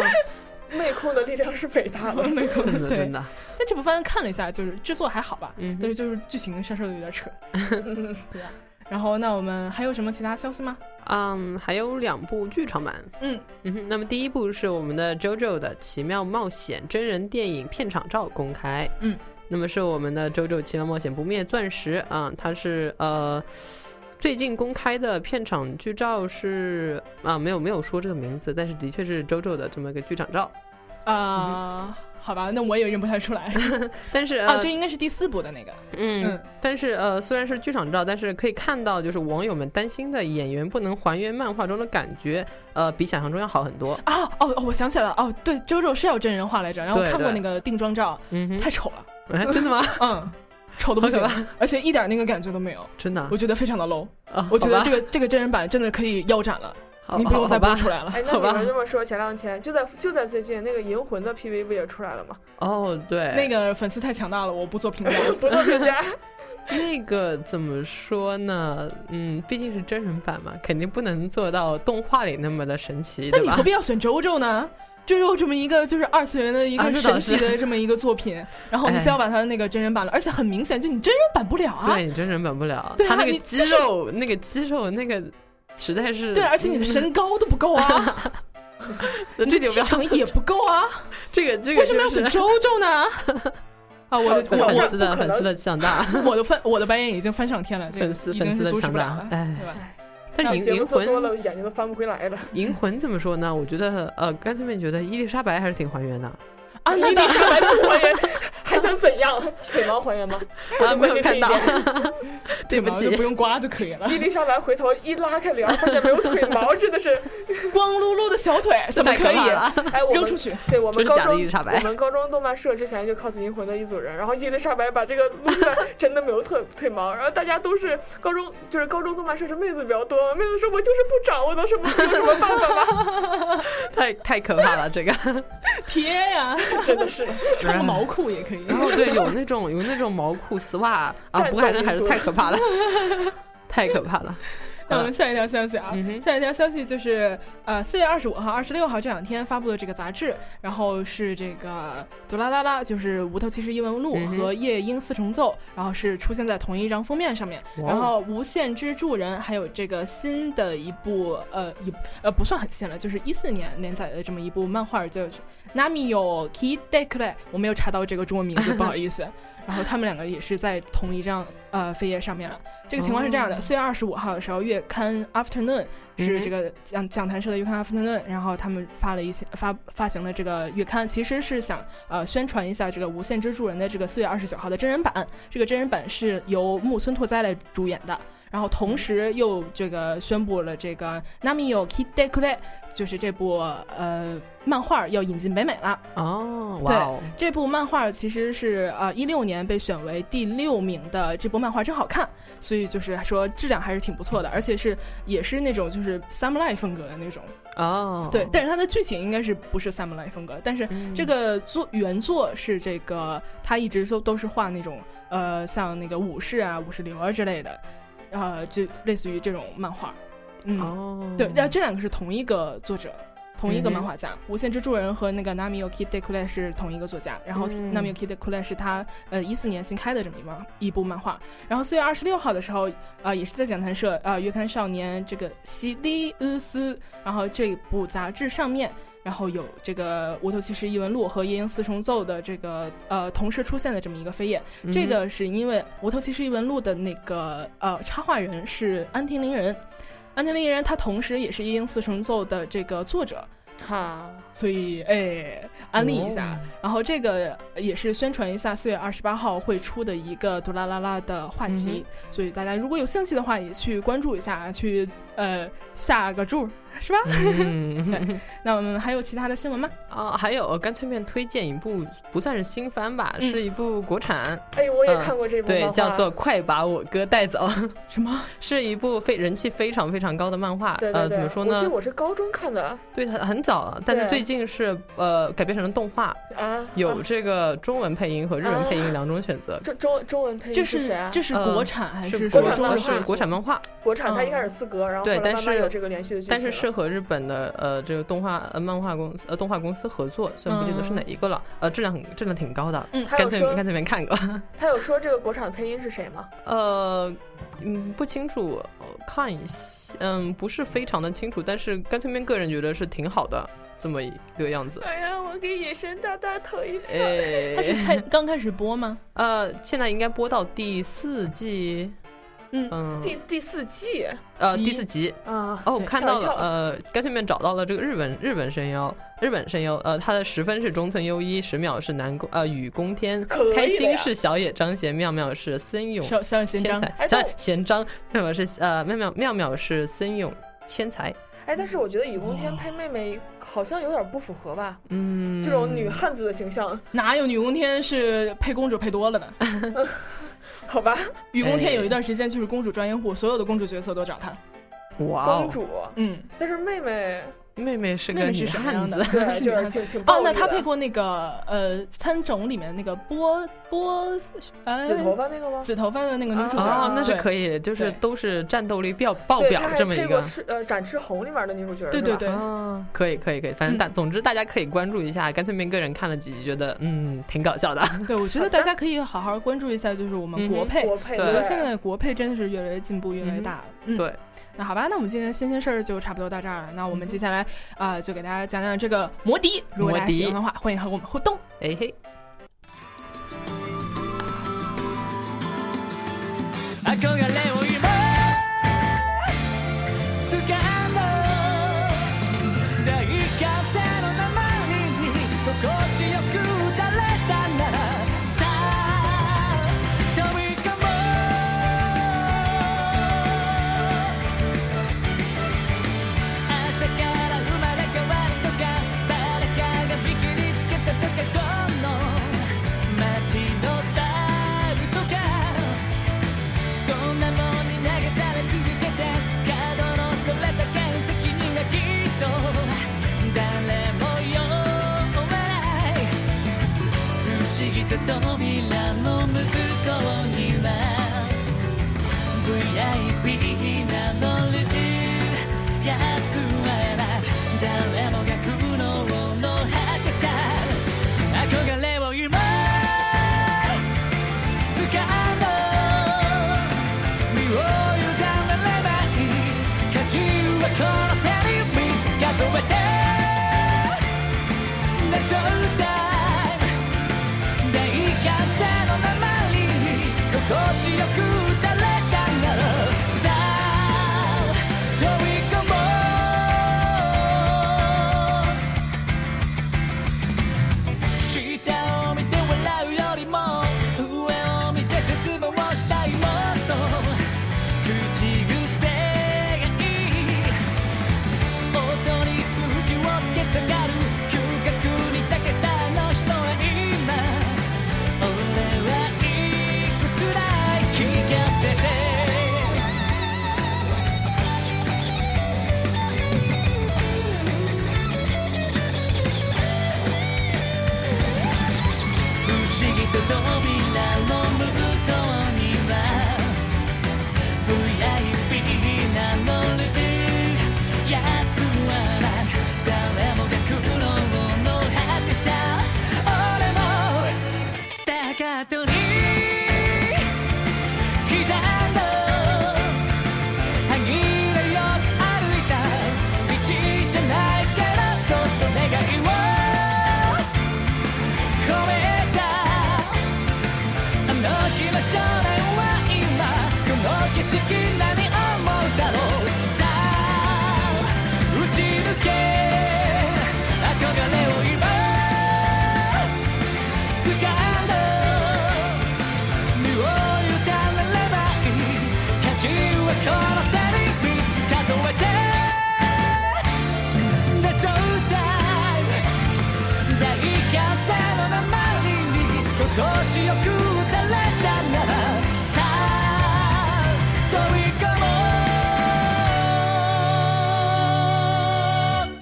妹控的力量是伟 大的。嗯没错，啊真的对真的，但这部番看了一下，就是制作还好吧，嗯哼但是就是剧情稍稍的有点 扯，对吧？然后，那我们还有什么其他消息吗？嗯，还有两部剧场版，嗯嗯哼，那么第一部是我们的《JoJo 的奇妙冒险》真人电影片场照公开，嗯，那么是我们的《JoJo 奇妙冒险不灭钻石》啊、它是呃最近公开的片场剧照是啊没有没有说这个名字，但是的确是 JoJo 的这么一个剧场照，嗯啊、好吧，那我也认不太出 来但是呃、啊，这应该是第四部的那个，嗯嗯，但是呃虽然是剧场照，但是可以看到就是网友们担心的演员不能还原漫画中的感觉，呃比想象中要好很多，啊，哦哦，我想起来了，哦，对，JoJo 是有真人化来着，然后我对看过那对个定妆照，嗯哼，太丑 了，哎真的吗？嗯，丑的不行好可，而且一点那个感觉都没有， 真的啊我，觉得非常的 low，啊我觉得好吧这个这个真人版真的可以腰斩了，好你不用再好吧播出来了。 哎，那好你吧们这么说，前两天就在就在最近，那个《银魂》的 PV 不也出来了 吗？哦，对，那个粉丝太强大了，我不做评价。不做评价， 那个怎么说呢？嗯，毕竟是真人版嘛，肯定不能做到动画里那么的神奇，但对你何吧？必要选周周呢？周周这么一个就是二次元的一啊个这倒神奇是的这么一个作品，然后你哎非要把它那个真人版了，而且很明显，就你真人版不了啊对。你真人版不了，对啊他那个你肌就是肉，那个肌肉，那个实在是对，而且你的身高都不够啊，嗯 这这就不气要，场也不够啊，这个 这个为什么要就选是周周 呢？啊，我的这我粉这丝的不可粉能丝的强大， 我我的翻我的白眼已经翻上天了，这粉丝已经粉丝是的阻止强不了大了，，哎对，吧？但是节银目银做多了，魂眼睛都翻不回来 了。银魂怎么说呢？我觉得呃，干脆面觉得伊丽莎白还是挺还原的，啊，伊那丽当莎白不还原，还想怎样？腿毛还原吗？ 啊，没关有心这看一到， 对对不嘛起就，不用刮就可以了。 伊丽莎白回头一拉开帘儿，发现没有腿毛，真的是，光噜噜的小腿怎么太可以怕了哎，我扔们出去？对我们这是高假的伊中丽莎白我们高中动漫社之前就 cos 银魂的一组人，然后伊丽莎白把这个撸出来， 真的没有腿腿毛，然后大家都是高中，就是高中动漫社是妹子比较多，妹子说我就是不长，我能什么有什么办法吗？ 太太可怕了，这个。贴 呀，真的是，穿个毛裤也可以。然后对，有那种有那种毛裤、丝袜啊，战不过还斗 是还民是族 太可怕了，太可怕了。那我们下一条消息啊，嗯哼下一条消息就是呃，四月二十五号、二十六号这两天发布的这个杂志，然后是这个《杜拉拉拉》，就是《无头骑士异闻录嗯》哼和《夜莺四重奏》，然后是出现在同一张封面上面。哇哦然后《无限之助人》还有这个新的一部呃一呃不算很新了，就是一四年连载的这么一部漫画，叫《Nami yo Ki d e k r e 我没有查到这个中文名字，不好意思。 然后他们两个也是在同一张呃扉页上面了。这个情况是这样的：四、月二十五号的时候，月刊 Afternoon 是这个讲讲坛社的月刊 Afternoon，然后他们发了一些发发行了这个月刊，其实是想呃宣传一下这个《无限之助人》的这个四月二十九号的真人版。这个真人版是由木村拓哉来主演的。然后同时又这个宣布了这个《Nami yo k i d e k u r e 就是这部呃漫画要引进北美了。哦，哇哦，这部漫画其实是呃一六年被选为第六名的这部漫画真好看，所以就是说质量还是挺不错的，而且是也是那种就是 samurai 风格的那种。哦，对，但是它的剧情应该是不是 samurai 风格，但是嗯这个作原作是这个他一直都都是画那种呃像那个武士啊、武士流啊之类的，呃就类似于这种漫画。嗯，哦，对，但这两个是同一个作者。同一个嗯哼漫画家，无限之助人》和那个 Nami Yuki d e k u l e 是同一个作家，然后嗯 Nami Yuki d e k u l e 是他呃一四年新开的这么一漫一部漫画，然后四月二十六号的时候，呃也是在讲谈社呃月刊少年这个西利乌斯，然后这部杂志上面，然后有这个《无头骑士异闻录》和《夜莺四重奏》的这个呃同时出现的这么一个扉页，嗯这个是因为《无头骑士异闻录》的那个呃插画人是安田林人，安田林人他同时也是《夜莺四重奏》的这个作者，哈，所以哎安利一哦下。然后这个也是宣传一下四月二十八号会出的一个《杜拉拉拉》的画集，嗯所以大家如果有兴趣的话，也去关注一下，去呃下个注是吧？ 嗯，那我们还有其他的新闻吗？啊，还有干脆面推荐一部不算是新番吧，嗯是一部国产，哎，我也嗯看过这部漫对画，，叫做《快把我哥带走》，什么？ 是一部非人气非常非常高的漫画。对对呃，对，怎么说我记得呢？我是高中看的对，很很早了，但是对最近是呃改编成了动画，啊，有啊这个中文配音和日文配音两种选择。中中中文配这音谁啊？这是哎呃国产还是说国国产中产漫画文是是国产漫画，国产，它嗯一开始四格，然后后对来但慢慢是有这个连续的剧情但了，是是和日本的呃这个动画呃漫画公司呃动画公司合作，虽然不记得是哪一个了，呃质量很质量挺高的，他 干有脆说干脆没看过。他有说这个国产配音是谁吗？呃，嗯，不清楚，呃看一下，嗯，不是非常的清楚，但是干脆面个人觉得是挺好的这么一个样子。哎呀，我给野神大大投一票。它是哎，开刚开始播吗？呃，现在应该播到第四季，嗯嗯，第第四季呃集第四集。啊，哦，对看到吓我一了，跳呃，干脆面找到了这个日本日本声优，日本声优，呃，他的十分是中村优一，十秒是南宫，呃，雨宫天可，以开的心呀是小野彰贤，妙妙是森永小小野贤千章，才，哎小但贤章，妙妙是呃妙妙妙妙是森永千才，哎，但是我觉得雨宫天哦配妹妹好像有点不符合吧，嗯，这种女汉子的形象， 哪有女宫天是配公主配多 了的？好吧，雨宫天有一段时间就是公主专业户，所有的公主角色都找她。哇哦公主，嗯，但是妹 妹，妹妹是妹个妹是女什么样汉的子，？对， 就是挺挺暴哦，力的。那她配过那个呃《参种》里面那个波波呃紫头发那个吗？紫头发的那个女主角，哦，那是对可以，就对是都是战斗力爆爆对，表她还这么配一过个。是呃《展翅红》里面的女主角，对对是吧对，哦，可以可以可以，嗯反正大、总之大家可以关注一下，干脆面个人看了几集，觉得嗯挺 搞笑的。对，我觉得大家可以好好关注一下，就是我嗯们国配。国配对我觉得现在的国配真的是越来越进步，越来越大了。嗯，对，嗯那好吧，那我们今天新鲜事儿就差不多到这儿了。那我们接下来啊、呃就给大家讲讲这个魔笛。如果大家魔笛喜欢的话，欢迎和我们互动。哎嘿。憧れを夢掴んだ大風のままに心地よく打たれたならさあ飛び込もう明日から生まれ変わるとか誰かが見切りつけたとかこの街のスタイルとかそんなもの自由はこの手に3つ数えて The Showtime 大風の鉛に心地よく打たれたならさあ飛び込もう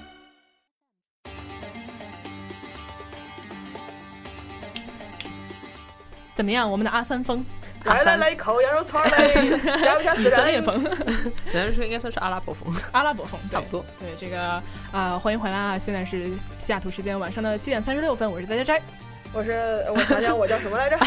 怎么样？我们的阿三风，来来来一口羊肉串儿来， 加不 加孜以色然列？风，男人说应该算是阿拉伯风，阿拉伯风，对差不多。对这个啊、呃欢迎回来啊！现在是西雅图时间晚上的七点三十六分，我是在家斋。我是我想想我叫什么来着？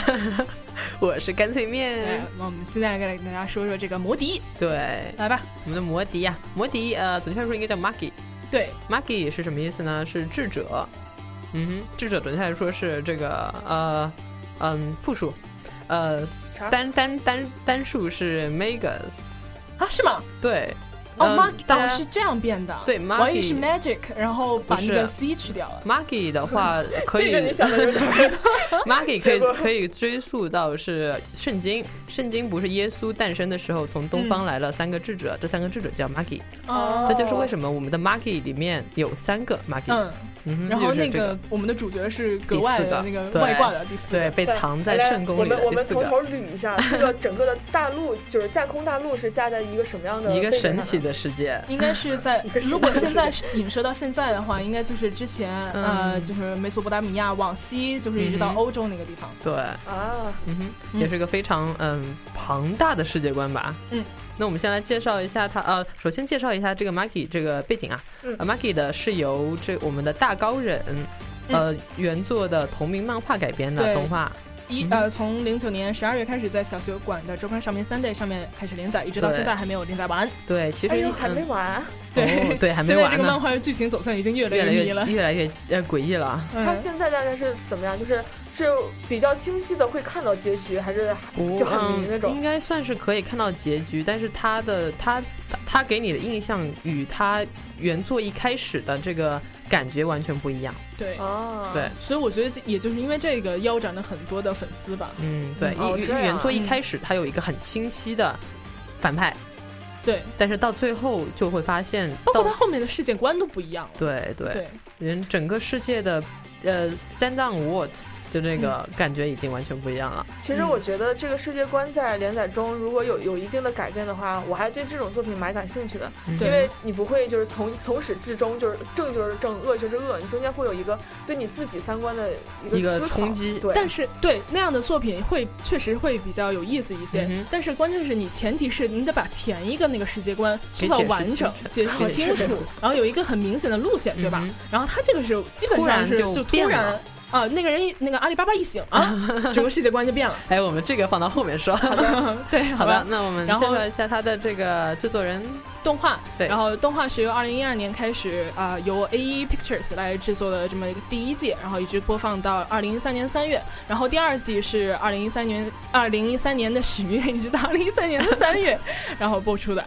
我是干脆对面，，哎我们现在来给大家说说这个摩迪，对，来吧。我们的摩迪呀、摩迪呃，准确来说应该叫 Maki。对， Magi 是什么意思呢？是智者。嗯哼，智者准确来说是这个呃嗯复数，呃啥？单单单单数是 Magus。啊，是吗？对，哦嗯，mag 大哦家是这样变的，对我以为 Magi 是 magic，然后把不那是个 c 去掉了。 Magi 的话可这以个你 想的有点儿。 ，Magi 可结果以可以追溯到是圣经，圣经不是耶稣诞生的时候从东方来了三个智者，这三个智者叫 Magi，哦这就是为什么我们的 Magi 里面有三个 Magi，嗯，嗯哼，然后就是那这个个我们的主角是格外的那第四个个对外挂的第四对个，被藏在来圣宫我里的们我第们四从个。头捋一下，这个整个的大陆就是架空大陆是架在一个什么样的一个背景神上奇呢？的世界。应该是 在一个神如果奇的现在是影射到现在的话，应该就是之前嗯呃，就是美索不达米亚往西，就是一直到嗯哼欧洲那个地方。对，啊，嗯哼，也嗯是个非常嗯庞大的世界观吧。嗯，那我们先来介绍一下它，呃，首先介绍一下这个 Maki 这个背景啊。嗯呃，Maki 的是由这我们的大高忍。呃，原作的同名漫画改编的嗯对动画，一嗯呃，从零九年十二月开始，在小学馆的周刊少年 Sunday 上面开始连载，一直到对现在还没有连载 完。对，其实哎呦嗯还 没完，哦对还现没在这完个漫呢，画的剧情走向已经越来越来迷越了。越来越呃诡异了。 嗯它现在大概是怎么样？就是是比较清晰的会看到结局，还是就很迷那嗯种？应该算是可以看到结局，但是他的他他给你的印象与他原作一开始的这个感觉完全不一样。对，啊，对所以我觉得这也就是因为这个腰斩了很多的粉丝吧。嗯，对，哦一这样原作一嗯开始他有一个很清晰的反派，对，但是到最后就会发现包括到他后面的世界观都不一样了。对对哦对，人整个世界的呃 stand on what 就这个感觉已经完全不一样了。其实我觉得这个世界观在连载中如果有有一定的改变的话，我还对这种作品蛮感兴趣的，嗯对因为你不会就是从从始至终就是正就是正，恶就是恶，你中间会有一个对你自己三观的一个一个思考冲击对，但是对那样的作品会确实会比较有意思一些，嗯哼但是关键是你前提是你得把前一个那个世界观塑造给解释完整、解释清清楚楚，然后有一个很明显的路线，对吧？嗯哼然后他这个是基本突上然是就就突变然了啊、那个人一那个阿里巴巴一醒 啊，整个世界观就变了。哎，我们这个放到后面说。对，好吧吧，，那我们然介后绍一下他的这个制作人。动画，对然后动画是由二零一二年开始啊、呃由 A E Pictures 来制作的这么一个第一季，然后一直播放到二零一三年三月，然后第二季是二零一三年二零一三年的十月一直到二零一三年的三 月，然后播出的。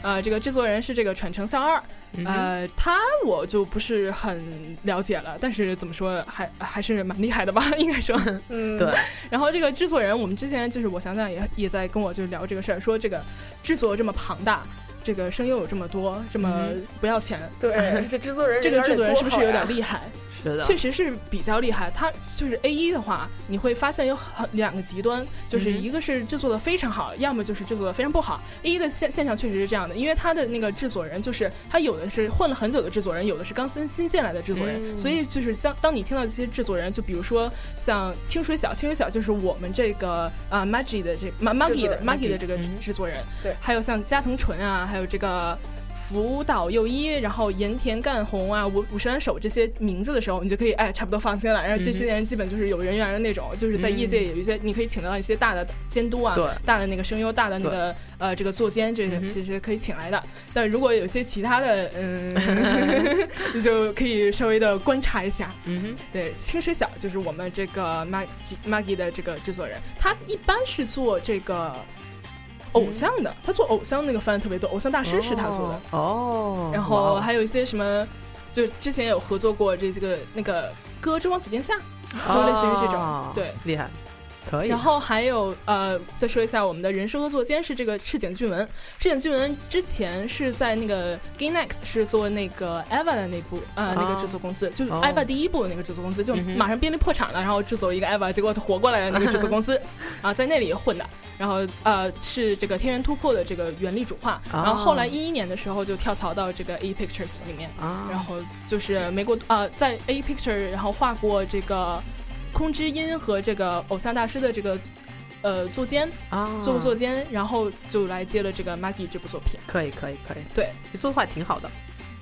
呃，这个制作人是这个喘成孝二，嗯哼呃，他我就不是很了解了，但是怎么说还还是蛮厉害的吧，应该说。嗯，对然后这个制作人，我们之前就是我想想也也在跟我就聊这个事儿，说这个制作这么庞大，这个声优有这么多，这么嗯不要钱，对，这制作 人这个人制缘作得人多是不是好有呀点厉害？是的，确实是比较厉害。他就是 A 一的话，你会发现有很两个极端，就是嗯哼一个是制作的非常好，要么就是制作的非常不好。A 一的现现象确实是这样的，因为他的那个制作人就是他有的是混了很久的制作人，有的是刚新新进来的制作人，嗯所以就是像当你听到这些制作人，就比如说像清水晓，清水晓就是我们这个啊 Magi 的这 Ma- 制 Magi 作的人 Magi 的这个嗯哼制作人，对还有像加藤纯啊，还有这个。福岛佑一，然后盐田干宏啊、五五十岚守这些名字的时候，你就可以哎，差不多放心了。然后这嗯些人基本就是有人缘的那种，就是在业界有一些你可以请得到一些大的监督啊，对大的那个声优、大的那个呃这个作监，这嗯些哼这些可以请来的。但如果有些其他的， 嗯， 你就可以稍微的观察一下。嗯哼。对，清水晓就是我们这个 Mag Maggie 的这个制作人，他一般是做这个呃偶像的，他做偶像那个番特别多，偶像大师啊是他做的。哦，然后还有一些什么，就之前有合作过这这个那个《歌之王子殿下》，就类似于这种。哦对，厉害，可以然。后还有呃，再说一下我们的人设和作监是这个赤井俊文。赤井俊文之前是在那个 Gainax 是做那个 EVA 的那部呃那哦个制作公司，就是哦 EVA 第一部的那个制作公司，就嗯哼马上濒临破产了，然后制作了一个 EVA，结果他活过来的那个制作公 司，然后在那里混的。然后呃是这个《天元突破》的这个原力主画，然后后来哦一一年的时候就跳槽到这个 E Pictures 里面。啊，然后就是美国呃，在 A Picture 然后画过这个《空之音》和这个《偶像大师》的这个呃作监，啊，做作监，然后就来接了这个 Maggie 这部作品。可以可以可以，对，你作画挺好的，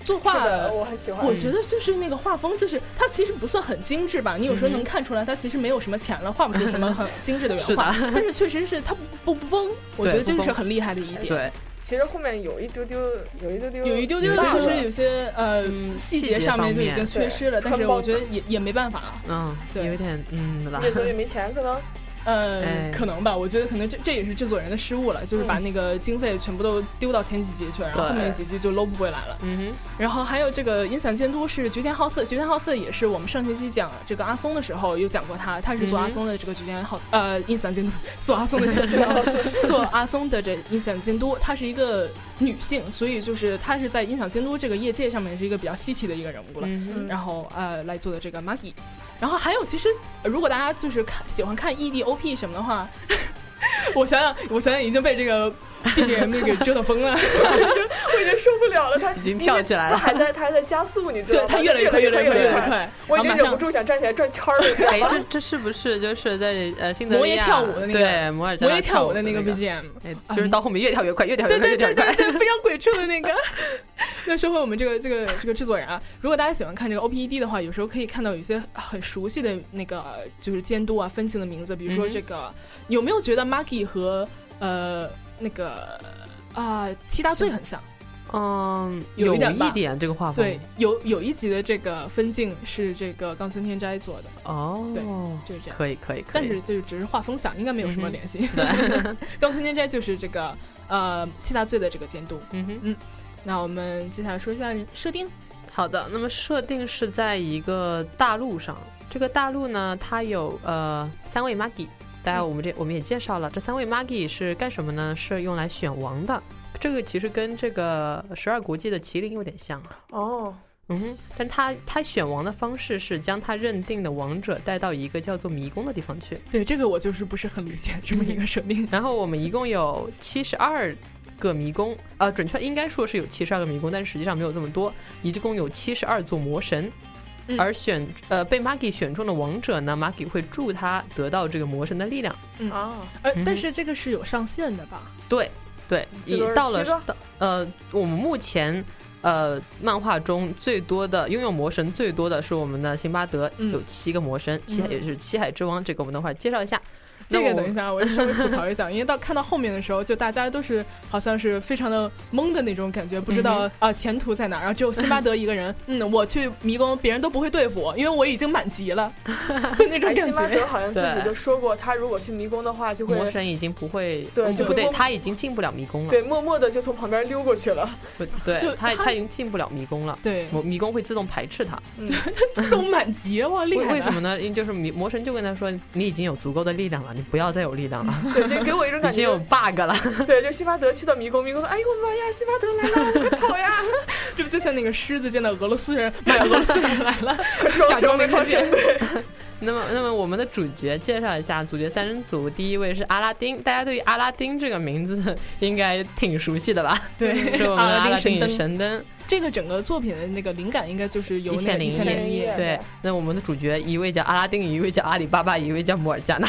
作是画的，我很喜欢我。觉得就是那个画风，就是它其实不算很精致吧，你有时候能看出来它其实没有什么钱了，画不出什么很精致的原画，但 是确实是它不不崩，我觉得这不是崩很厉害的一点。对，其实后面有一丢丢，有一丢丢，嗯有一丢丢有一确丢实有些呃嗯细细节节上面方就已面经缺对失了，但穿是帮我觉得也也没办法啊了。嗯，对有点嗯啦叶，总也没钱，可能呃哎，嗯可能吧，我觉得可能这这也是制作人的失误了，就是把那个经费全部都丢到前几集去了，然后对后面几集就搂不回来了。嗯然后还有这个音响监督是菊田浩四，菊田浩四也是我们上学期讲这个阿松的时候有讲过他，他是做嗯阿松的这个菊田浩、呃音响监督，做阿松的这 个做阿松的这音响监督，她是一个女性，所以就是她是在音响监督这个业界上面是一个比较稀奇的一个人物了。嗯嗯哼，然后呃来做的这个 Maggie。然后还有，其实呃如果大家就是看喜欢看 E ED OP 什么的话， 我想想，我想想已经被这个 BGM 给折腾疯了。我已经受不了了。他已经跳起来了他还在，他还在加速，你知道吗？对它越来越快，越来来越快，越来越快。快，我已然经后忍马不上住想站起来转圈儿 了，你知道哎，吗？这这是不是就是在呃辛德摩利耶亚跳舞的那个对摩尔加我也拉跳舞舞的那那个 BGM。哎，就是到后面越跳越快，越跳越 对快，对越跳对越对快。对，非常鬼畜的那个。 那说回我们这个这个这个制作人啊，如果大家喜欢看这个 OPED 的话，有时候可以看到有一些很熟悉的那个就是监督啊、分镜的名字，比嗯如说这个，有没有觉得 Maggie 和呃那个啊七大罪很像？嗯，有一有点吧点这个画风，对，有有一集的这个分镜是这个冈村天斋做的，哦，对就是这样。可以可以，可但以是就是只是画风像，应该没有什么嗯哼联系。 冈村天斋就是这个呃七大罪的这个监督。嗯哼。那我们接下来说一下人设定。好的，那么设定是在一个大陆上，这个大陆呢，它有呃三位 Maggie，大家我们这我们也介绍了，这三位 Maggie 是干什么呢？是用来选王的。这个其实跟这个十二国际的麒麟有点像啊，哦，嗯哼，但他他选王的方式是将他认定的王者带到一个叫做迷宫的地方去。对这个我就是不是很理解这么嗯一个设定。然后我们一共有七十二个迷宫，呃，准确应该说是有七十二个迷宫，但是实际上没有这么多，一共有七十二座魔神。嗯而选呃被 Maggie 选中的王者呢，Maggie 会助他得到这个魔神的力量。啊，呃嗯，但是这个是有上限的吧？对，最已多是到七个了到呃我们目前呃漫画中最多的拥有魔神最多的是我们的辛巴德，嗯有七个魔神，七海也是七海之王，这个我们等会儿介绍一下。那这个我等一下我稍微吐槽一 下，因为到看到后面的时候，就大家都是好像是非常的懵的那种感觉，不知道啊、前途在哪儿。然后只有辛巴德一个人，嗯，我去迷宫，别人都不会对付我，因为我已经满级 了，就那种哎，辛巴感觉。德好像自己就说过，他如果去迷宫的话，就魔会神已经不会，对嗯就不对，会他已经进不了迷宫了。对默默的就从旁边溜过去 了。不对，就他他他已经进不了迷宫了，对，魔迷宫会自动排斥他。自动满级， 哇，厉为害为了什么呢？因为就是迷魔神就跟他说，你已经有足够的力量了，你不要再有力量 了，对，就给我一种已感经有觉， bug 了。对，就辛巴德去到迷宫，迷宫说：“哎呦我的妈呀，辛巴德来了，快跑呀 这不就像那个狮子见到俄罗斯人，买俄罗斯人来了，！” 快装假什么装没没看看见见？。对， 那么，那么我们的主角介绍一下，主角三人组第一位是阿拉丁，大家对于阿拉丁这个名字 应该挺熟悉的吧？ 对 是我们的阿阿拉拉丁丁与啊神灯神灯。这个整个作品的那个灵感应该就是由那个一千零一一夜千零一夜对，那我们的主角一位叫阿拉丁，一位叫阿里巴巴，一位叫摩尔加纳。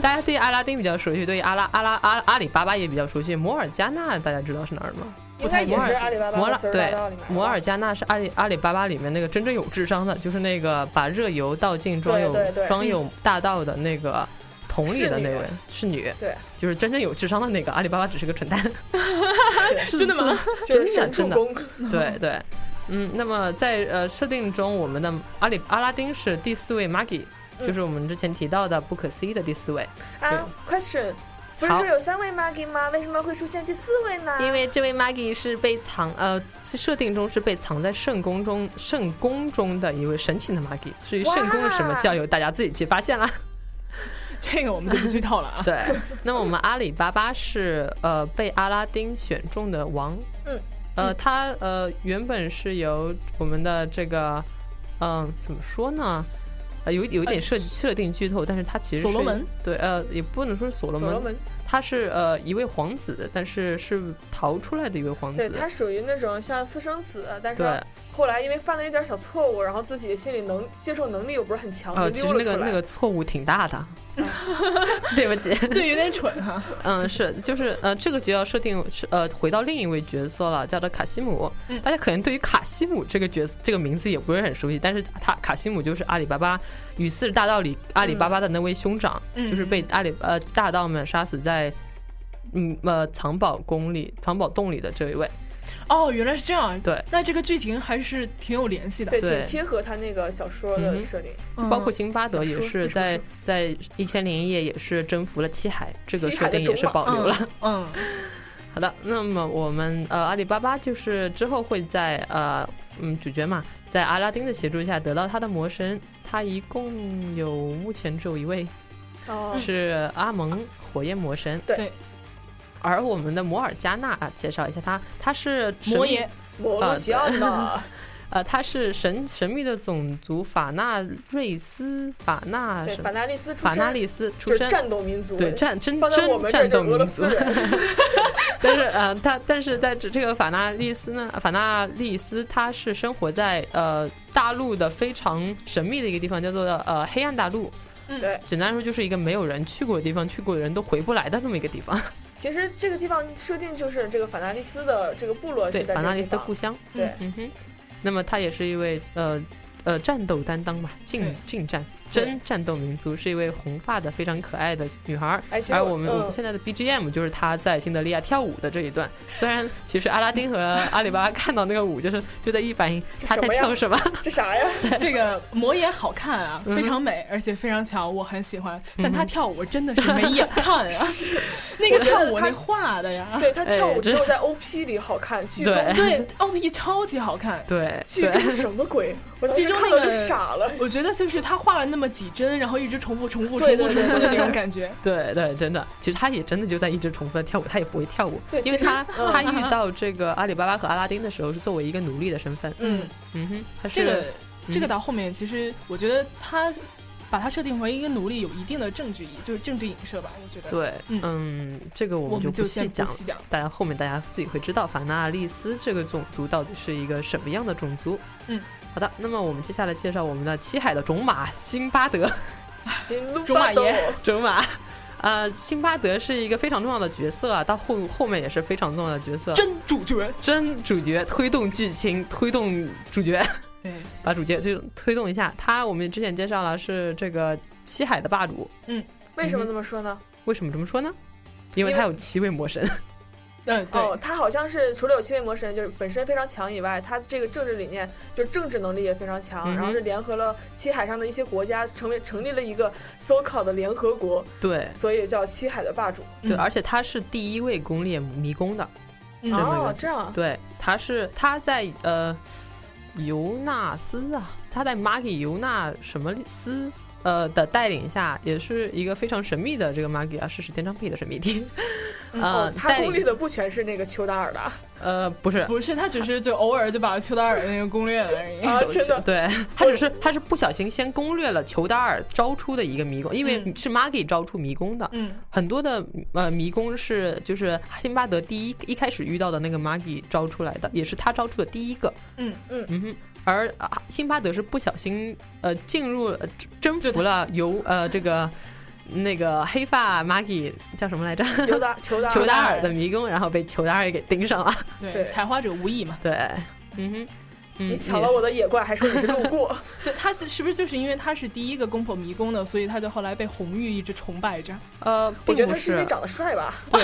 大家对阿拉丁比较熟悉，对于阿拉阿拉阿阿里巴巴也比较熟悉。摩尔加纳大家知道是哪儿吗？ 应该也是阿里巴巴摩和尔四十八对道里面吧。摩尔加纳是阿里阿里巴巴里面那个真正有智商的，就是那个把热油倒进装有对对对装有大道的那个桶里的那侍个女人是女，对，就是真正有智商的那个。阿里巴巴只是个蠢蛋， 真的吗？就是真神的助真的攻， 对对。嗯，那么在呃设定中，我们的阿里阿拉丁是第四位 Maggie，嗯就是我们之前提到的不可思议的第四位。啊，question，不是好说有三位 Maggie 吗？为什么会出现第四位呢？因为这位 Maggie 是被藏呃设定中是被藏在圣宫中圣宫中的一位神奇的 Maggie，至于圣宫是什么哇交由大家自己去发现啦。 这个我们就不剧透 了啊。对，那么我们阿里巴巴是呃被阿拉丁选中的王，嗯，呃，它呃原本是由我们的这个，嗯、怎么说呢？呃，有有一点设设定剧透，但是它其实是所罗门对，呃，也不能说是所罗所门，罗门，他是呃一位皇子，但是是逃出来的一位皇对子，他属于那种像私生子，但是对后来因为犯了一点小错误，然后自己心理能接受能力又不是很强，呃，其就实溜了出来。嗯那个那个错误挺大的， 对不起，对，有点蠢哈、嗯，是，就是呃，这个就要设定是呃，回到另一位角色了，叫做卡西姆。嗯大家可能对于卡西姆这个角色这个名字也不是很熟悉，但是他卡西姆就是阿里巴巴《与四十大盗》里阿里巴巴的那位兄长，嗯就是被阿里呃大盗们杀死在嗯呃藏宝宫里、藏宝洞里的这一位。哦，原来是这样。嗯对，那这个剧情还是挺有联系的。对，对挺贴合他那个小说嗯的哼设定。嗯包括辛巴德小也说是小在说在《一千零一夜》也是征服了七海，这个七设海的定也是种保留了。嗯，好的，那么我们呃，阿里巴巴就是之后会在呃，嗯，主角嘛，在阿拉丁的协助下得到他的魔神，他一共有目前只有一位哦，是阿蒙火焰魔神，对对而我们的摩尔加纳啊，介绍一下他，他是神秘魔 爷，摩啊洛西奥的，呃，他是神神秘的种族法纳瑞斯法纳对，什法么纳利斯出法身，纳利斯出就是身，战斗民族。对战真放在我真们这儿战就是斗俄民罗族斯，人。 但是呃，他但是在这这个法纳利斯呢，法纳利斯他是生活在呃大陆的非常神秘的一个地方，叫做呃黑暗大陆。对，简单来说，就是一个没有人去过的地方，去过的人都回不来的这么一个地方。其实这个地方设定就是这个法纳利斯的这个部落对，是在法这纳个利地斯的方故。乡。对，嗯哼，那么他也是一位呃呃战斗担当吧，近对近战对真战斗民族，是一位红发的非常可爱的女孩儿。哎，其实而我们我们嗯，现在的 BGM 就是他在辛德利亚跳舞的这一段。虽然其实阿拉丁和阿里巴巴看到那个舞，就是就在一反应这他在什么呀跳 什么。这啥呀？这个魔爷好看啊，嗯非常美，而且非常强，我很喜欢。嗯但他跳舞真的是没眼看 啊，那个跳舞那画的呀，对他跳舞哎这只有在 OP 里好看，剧中 对对，OP 超级好看。 对剧对中什么鬼？我当剧时中看那到就个傻了。我觉得就是他画了那么几帧，然后一直重复、重复、重对复、重对对复的对那种感觉。对对，真的，其实他也真的就在一直重复的跳舞，他也不会跳舞对，因为其实他嗯他遇到这个阿里巴巴和阿拉丁的时候是作为一个奴隶的身份。嗯，嗯哼，他是这个嗯这个到后面，其实我觉得他把他设定为一个奴隶，有一定的政治意，就是政治影射吧。我觉得，对，嗯嗯，这个我我们就们不就细先不讲了。细讲。大家后面大家自己会知道法纳利斯这个种族到底是一个什么样的种族。嗯，好的，那么我们接下来介绍我们的七海的种马辛巴德。 金鹿中马巴豆，爷种马，呃，辛巴德是一个非常重要的角色啊，到后后面也是非常重要的角色，真主角，真主角推动剧情，推动主角，对， 把主角就推动一下。他我们之前介绍了是这个七海的霸主，为什么这么说呢？为什么这么说呢？因为因为他有七位魔神，嗯，对，哦，他好像是除了有七位魔神，就是本身非常强以外，他这个政治理念就是政治能力也非常强，嗯哼然后是联合了七海上的一些国家，成为成立了一个 so called 的联合国，对所以叫七海的霸主。对，嗯而且他是第一位攻略迷宫的，嗯这么一个哦，这样啊，对，他是他在呃尤纳斯啊，他在马给尤纳什么斯呃的带领下，也是一个非常神秘的这个马给啊，是史天章配的神秘地，呃 哦，，他带攻略领的不全是那个丘达尔的啊，呃不是。不是，他只是就偶尔就把丘达尔的那个攻略了而已。啊真的对他只是他是不小心先攻略了裘达尔招出的一个迷宫，因为嗯是马给招出迷宫的，嗯很多的呃迷宫是就是辛巴德第一一开始遇到的那个马给招出来的，也是他招出的第一个。嗯嗯哼，而啊辛巴德是不小心呃进入呃征就服了由呃这个那个黑发马给叫什么来着？尤达丘达裘尔。达尔的迷宫，然后被裘达尔给盯上 了。对，对采花者无意嘛。对，嗯哼，嗯你抢了我的野怪，还说你是路过，所以他是是不是就是因为他是第一个攻破迷宫的，所以他就后来被红玉一直崇拜着？呃，我并觉得不他是因为是长得帅吧？对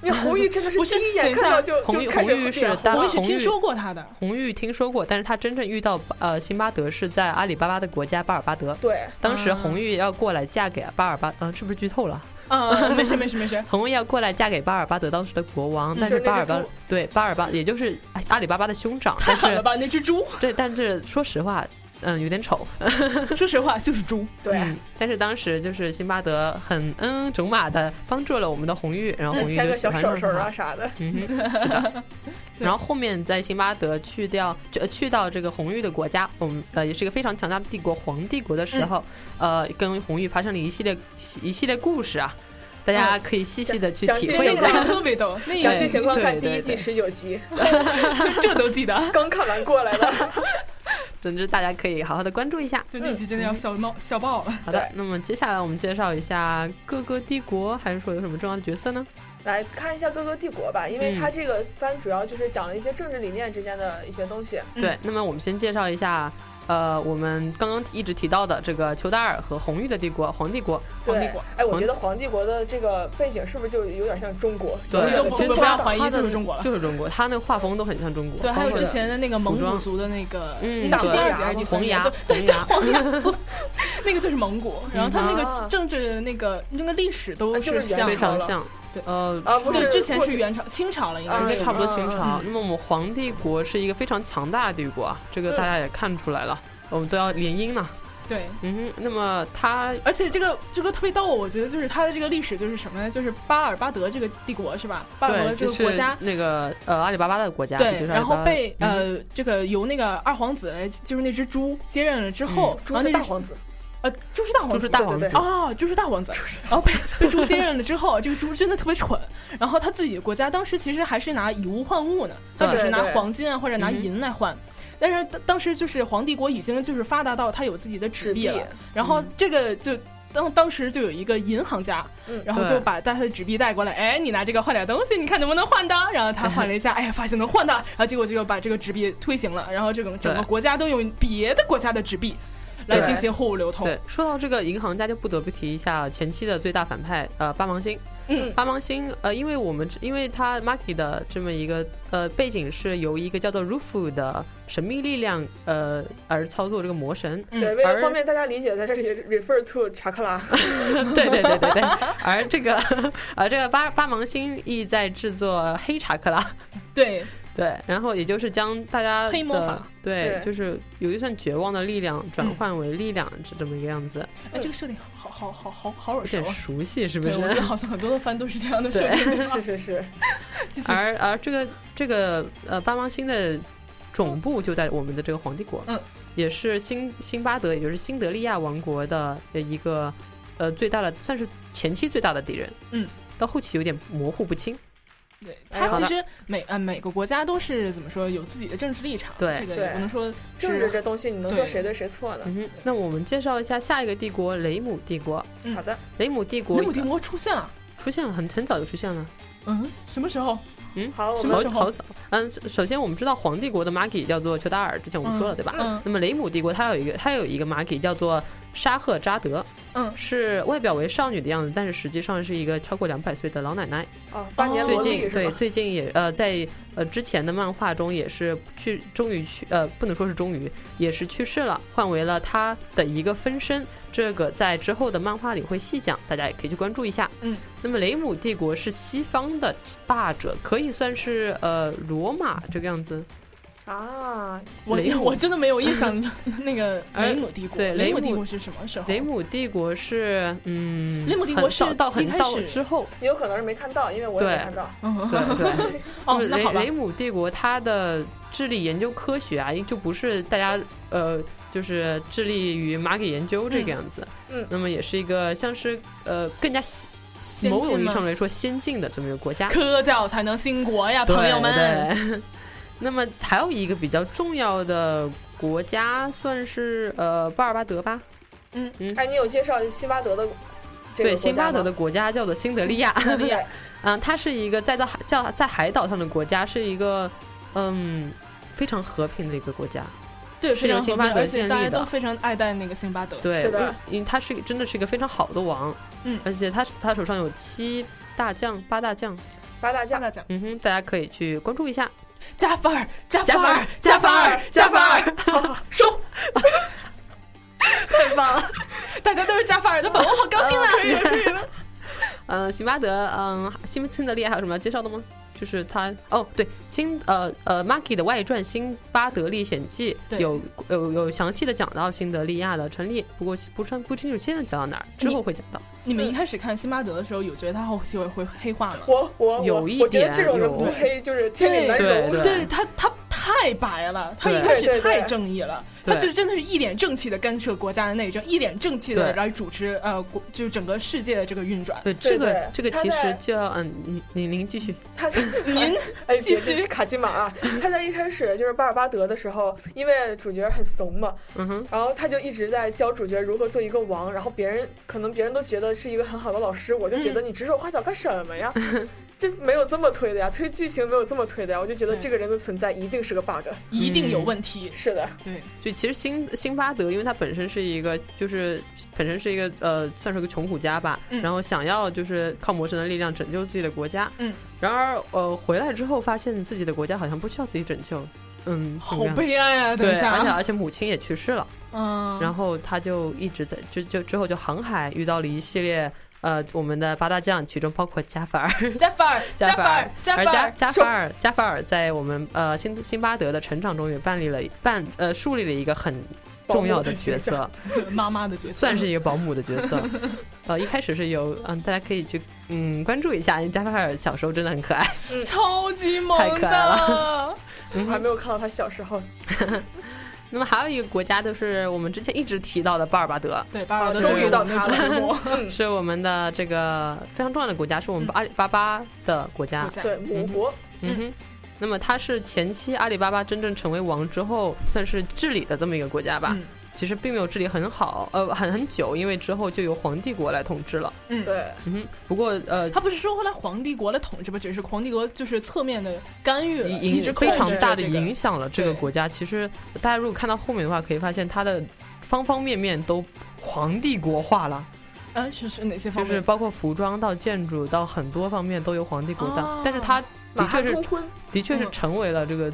你红玉真的是不是第一眼等一下看到就红玉就开始红玉是脸当红我也然是红玉听说过他 的。红玉听说过，但是他真正遇到呃辛巴德是在阿里巴巴的国家巴尔巴德。对，当时啊红玉要过来嫁给巴尔巴，嗯、是不是剧透了？嗯，没事没事没事。红玉要过来嫁给巴尔巴德当时的国王，嗯但是就是那巴只尔巴猪哎对巴尔巴，也就是阿里巴巴的兄长，太但狠是了吧，那只猪！对，但是说实话，嗯有点丑，说实话就是猪，对，嗯但是当时就是辛巴德很嗯整马的帮助了我们的红玉，然后嗯红玉牵就个喜小欢手上手啊他。啥 的，嗯哼，是的。然后后面在辛巴德去掉就呃去到这个红玉的国家，我们呃也是一个非常强大的帝国皇帝国的时候，嗯呃，跟红玉发生了一系列一系列故事啊，大家可以细细的去详体细会那一情况下。个特别逗，那 详一细情况看对第对一季对十九集，这都记得，刚看完过来 的。总之，大家可以好好的关注一下。对那集真的要笑闹笑爆了。好的对，那么接下来我们介绍一下各个帝国，还是说有什么重要的角色呢？来看一下各个帝国吧，因为嗯它这个番主要就是讲了一些政治理念之间的一些东西。嗯对，那么我们先介绍一下，呃，我们刚刚一直提到的这个裘达尔和红玉的帝国皇帝国。对，皇帝国哎，我皇觉得皇帝国的这个背景是不是就有点像中国？对有都点不其实不中不国要的怀疑，它的就是中国了。就是中国，他那画风都很像中国。对，还有之前的那个蒙服装古族的那个，嗯你打第二集还是第三黄集牙啊？对黄对对，牙黄牙族， 那个就是蒙古。然后他那啊个政治那个那个历史都啊就是是元像非朝常了像对。呃，啊，不对，是之前过是元朝、清朝了，应啊该应该是差不多清朝嗯。那么我们皇帝国是一个非常强大的帝国啊，这个大家也看出来了，我们都要联姻呢。对。嗯哼，那么他而且这个这个特别逗，我觉得就是它的这个历史就是什么呢？就是巴尔巴德这个帝国是吧？巴尔巴对德这就个是国家，那个呃阿里巴巴的国家，也对，就是然后阿里巴巴的嗯被、呃这个由那个二皇子来就是那只猪接任了之后，然猪后啊是那大只皇子，呃嗯猪是大皇子，就是大王子对对对哦，就是大王子，然后被被猪接任了之后，这个猪真的特别蠢。然后他自己的国家当时其实还是拿以物换物呢，对他只是拿对黄金啊或者拿嗯哼银来换。但是当当时就是皇帝国已经就是发达到他有自己的纸纸币币了，然后这个就。当当时就有一个银行家，嗯然后对就把带他的纸币带过来，哎，你拿这个换点东西，你看能不能换到？然后他换了一下，哎呀，发现能换到，然后结果就把这个纸币推行了，然后这个整个对国家都用别的国家的纸币来对进行货物流通。对，说到这个银行家，就不得不提一下前期的最大反派呃八芒星。嗯八芒星呃，因为我们因为他 Maki 的这么一个呃背景是由一个叫做 Rufu 的神秘力量呃而操作这个魔神。 嗯对，为了而方便大家理解，在这里 refer to 查克 拉。对对对对对。 而这个而这个八八芒星意在制作黑查克拉。对，对，然后也就是将大家黑魔的法对，对就是有一份绝望的力量转嗯换为力量，这这么一个样子，哎，这个设定好好好好好耳有熟点啊！熟悉，是不对，是？我觉得好像很多的番都是这 样的设定。是是是， 继续而而这个这个呃八芒星的总部就在我们的这个皇帝国，嗯，也是新辛巴德，也就是新德利亚王国的一个呃最大的，算是前期最大的敌人，嗯，到后期有点模糊不清，对，哎它好其的实每呃每个国家都是怎么说有自己的政治立场，对这个对也不能说政治是这东西，你能对说谁对谁错呢？嗯哼，那我们介绍一下下一个帝国雷姆帝国，嗯好的，雷姆帝国雷姆帝国出现了，啊出现了很很早就出现了，嗯，什么时候？好，我什们么好时候好早，嗯，首首先我们知道皇帝国的 Maki 叫做丘达尔，之前我们说了、嗯对吧？嗯那么雷姆帝国它有一个它有一个 Maki 叫做沙赫扎德，嗯是外表为少女的样子，但是实际上是一个超过两百岁的老奶奶。啊，八哎年最萝莉近是对吧？最近也呃在呃之前的漫画中也是去终于去呃不能说是终于也是去世了，换为了她的一个分身。这个在之后的漫画里会细讲，大家也可以去关注一下。嗯，那么雷姆帝国是西方的霸者，可以算是呃罗马这个样子。哦啊，我雷姆我真的没有印 象，那个而雷姆帝国，对雷雷姆帝国是什么时候？雷姆帝国是嗯，雷姆帝国很是到到一很开到始 之后，也有可能是没看到，因为我也没对看到。嗯对对。哦，就是那雷好吧，雷姆帝国它的致力研究科学啊，就不是大家呃，就是致力于马给研究这个样子。嗯嗯那么也是一个像是呃更加西进某种意义吗上来说先进的这么一个国家。科教才能兴国呀，对朋友们。。对 那么还有一个比较重要的国家，算是呃巴尔巴德吧。哎，你有介绍辛巴德的这个对，国辛家巴德吗的国家叫做辛德利亚。 对嗯，它是一个在到海叫在海岛上的国家，是一个嗯非常和平的一个国家。对，是非常由辛合巴拍德而且建大立家的都非常爱戴那个辛巴德。对，是的因为他是真的是一个非常好的王，嗯而且他他手上有七大将、八大将，八大加将大奖，嗯哼，大家可以去关注一下。加分儿，加加分分儿儿，加分儿，加分儿， 收，太棒了！大家都是加法尔的粉，我好高兴啊！呃嗯，辛巴德，嗯，辛辛德利亚还有什么要介绍的吗？就就是他哦，对，新呃呃 Maki 的外传《辛巴德历险记》对有有有详细的讲到辛德利亚的成立，不过不算不清楚现在讲到哪儿，之你后会讲到。你们一开始看辛巴德的时候，有觉得他后期会会黑化吗？我我我有一我觉得点这种人有不黑就是天理难容。对对他，他太白了，他对一开始对对太对正义了，对他就真的是一脸正气的干涉国家的内政，一脸正气的对来主持呃国就是整个世界的这个运转。对，这个对这个他其在实叫嗯，你你您继续，他 在您哎，继别续这这卡金马啊！他在一开始就是巴尔巴德的时候，因为主角很怂嘛，嗯哼，然后他就一直在教主角如何做一个王，然后别人可能别人都觉得是一个很好的老师，我就觉得嗯你指手画脚干什么呀？ 这没有这么推的呀，推剧情没有这么推的呀，我就觉得嗯对这个人的存在一定是个 bug。一定有问题，是的，对，所以其实辛辛巴德，因为他本身是一个，就是本身是一个呃，算是个穷苦家吧，嗯然后想要就是靠魔神的力量拯救自己的国家，嗯，然而呃回来之后发现自己的国家好像不需要自己拯救了，嗯，怎好么样悲哀啊！等对，一下而且啊，而且母亲也去世了，嗯，然后他就一直在就就之后就航海遇到了一系列呃我们的八大将，其中包括加法尔，加法尔，加法法尔，加而法加尔，加法尔加法尔在我们呃辛辛巴德的成长中也办理了办呃树立了一个很重要的角色，妈妈的角色 算是一个保姆的角 色。呃，一开始是由嗯，大家可以去嗯关注一下，加法尔小时候真的很可爱。超级萌太可爱的，我嗯还没有看到他小时候。 那么还有一个国家就是我们之前一直提到的巴尔巴德，对，巴尔的啊终于到他了 嗯，是我们的这个非常重要的国家，是我们阿里巴巴的嗯国家。对，母国 嗯哼。那么它是前期阿里巴巴真正成为王之后，算是治理的这么一个国家吧。嗯其实并没有治理很好，呃，很很久，因为之后就由皇帝国来统治了。对，嗯哼，不过呃，他不是说后来皇帝国的统治吧，只是皇帝国就是侧面的干预了，一影直非常嗯控制着大的这个影响了这个对国家。其实大家如果看到后面的话，可以发现它的方方面面都皇帝国化了，啊，是是哪些方就面？是包括服装到建筑到很多方面都有皇帝国的。哦但是它马的汉确通是婚，的确是嗯成为了这个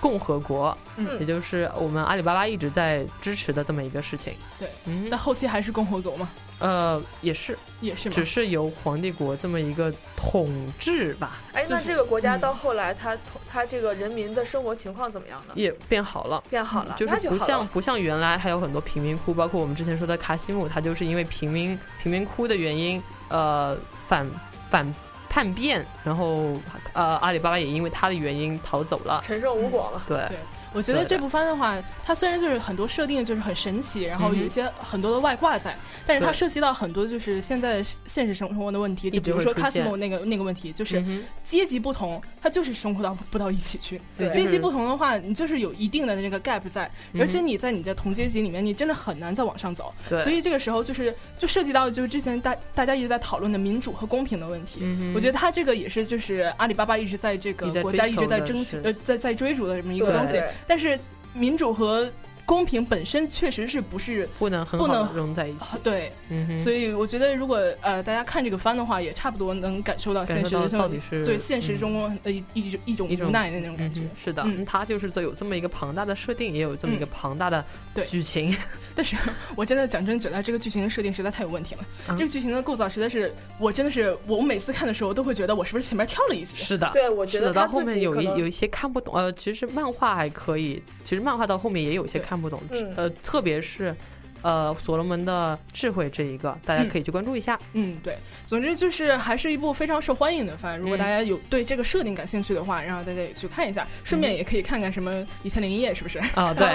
共和国，嗯也就是我们阿里巴巴一直在支持的这么一个事情。对，嗯那，后期还是共和国嘛，呃，也是，也是嘛只，是由皇帝国这么一个统治吧，哎，就是那这个国家嗯到后来，他他这个人民的生活情况怎么样呢？也变好了。变好了，就那是不好像了。不像原来还有很多贫民窟，包括我们之前说的卡西姆，他就是因为贫民贫民窟的原因，呃，反反叛变，然后呃，阿里巴巴也因为他的原因逃走了。陈胜吴广了，对，对我觉得对的这部番的话，它虽然就是很多设定就是很神奇，然后嗯哼有一些很多的外挂在，但是它对涉及到很多就是现在的现实生活的问题，直就比如说会出现 Cosmo 那个那个问题，就是嗯哼阶级不同，它就是生活到不到一起去。对阶级是嗯不同的话，你就是有一定的那个 gap 在，而且你在你的同阶级里面，你真的很难再往上走。对所以这个时候就是就涉及到就是之前大大家一直在讨论的民主和公平的问题。嗯哼我觉得它这个也是就是阿里巴巴一直在这个一直在国家追一求直在的争是取呃在在追逐的这么一个对东西对。但是民主和公平本身确实是不是不能很好不能地融在一起啊，对，嗯哼，所以以我觉得如果呃大家看这个番的话，也差不多能感受到感现实受到的到底是对现实嗯中的一一种一种一种无奈的那种嗯感觉哼。是的，嗯他就是有这么一个庞大的设定，也有这么一个庞大的对剧情，但是我真的讲真觉得这个剧情的设定实在太有问题了，嗯这个剧情的构造实在是，我真的是我每次看的时候都会觉得我是不是前面跳了一集？ 是的，对我觉是得的，他到后自面己有可一能有一些看不懂，呃，其实漫画还可以，其实漫画到后面也有一些对看不懂，嗯呃，特别是呃所罗门的智慧这一个，大家嗯可以去关注 一下。嗯，对，总之就是还是一部非常受欢迎的番。如果嗯大家有对这个设定感兴趣的话，然后大家也去看一下，顺便也可以看看什么《一千零一夜》是不是， 啊，对，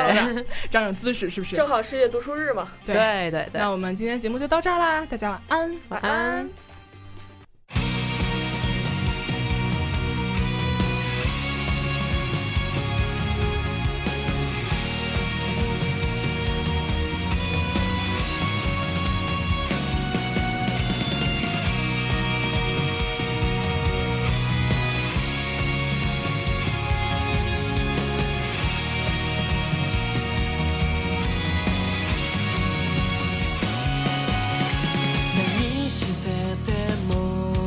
长长姿势是不是正？好世界读书日嘛，对。对对对那，我们今天节目就到这儿啦，大家晚安。晚安。 「何して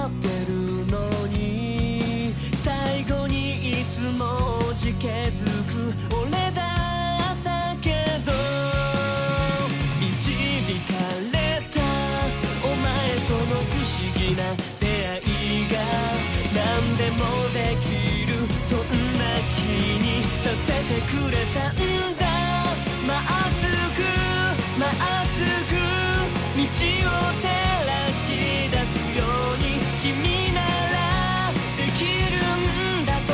何でもできるそんな気にさせてくれたんだまっすぐまっすぐ道を照らし出すように君ならできるんだと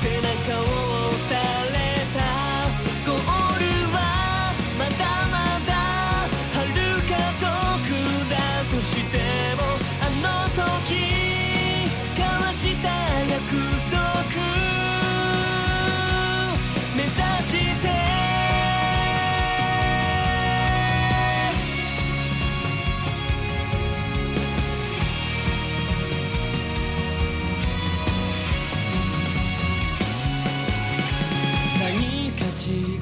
背中を押されたゴールはまだまだはるか遠くだとしてもあの時交わした約束目指して何か違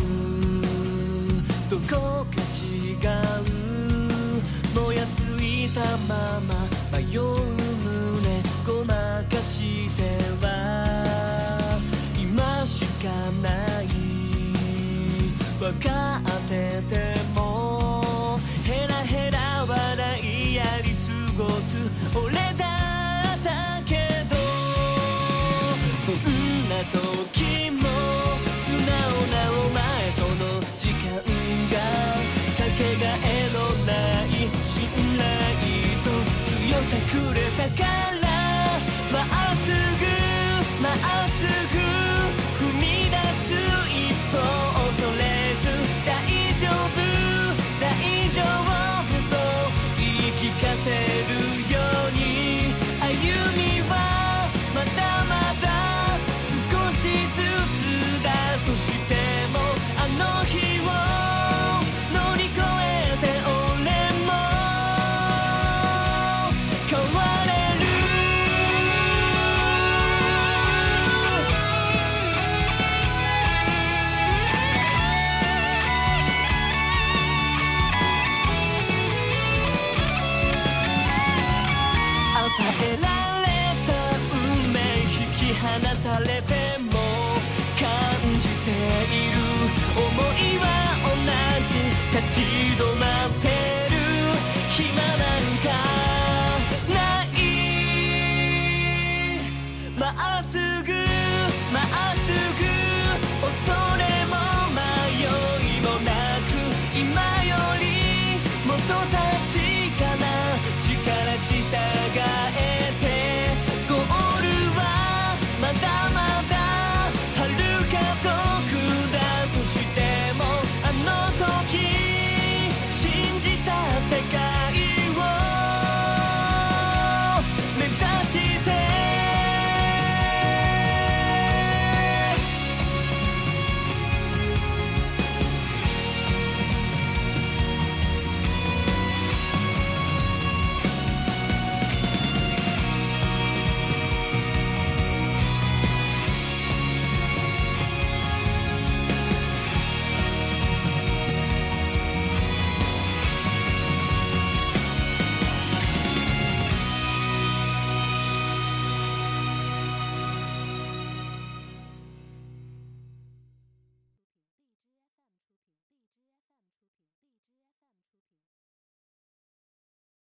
うどこか違うもやついたまま迷う胸ごまかしては今しかない分かっててもヘラヘラ笑いやり過ごす俺だったけどどんな時も素直なお前との時間がかけがえのない信頼と強さくれたからまっすぐまっすぐ踏み出す一歩恐れず大丈夫大丈夫と言い聞かせるように歩みはまだまだ少しずつだとしてもあの日を乗り越えて俺も変われる与えられた運命引き離されても感じている思いは同じ立ち止まってる暇なんかないまっすぐまっすぐ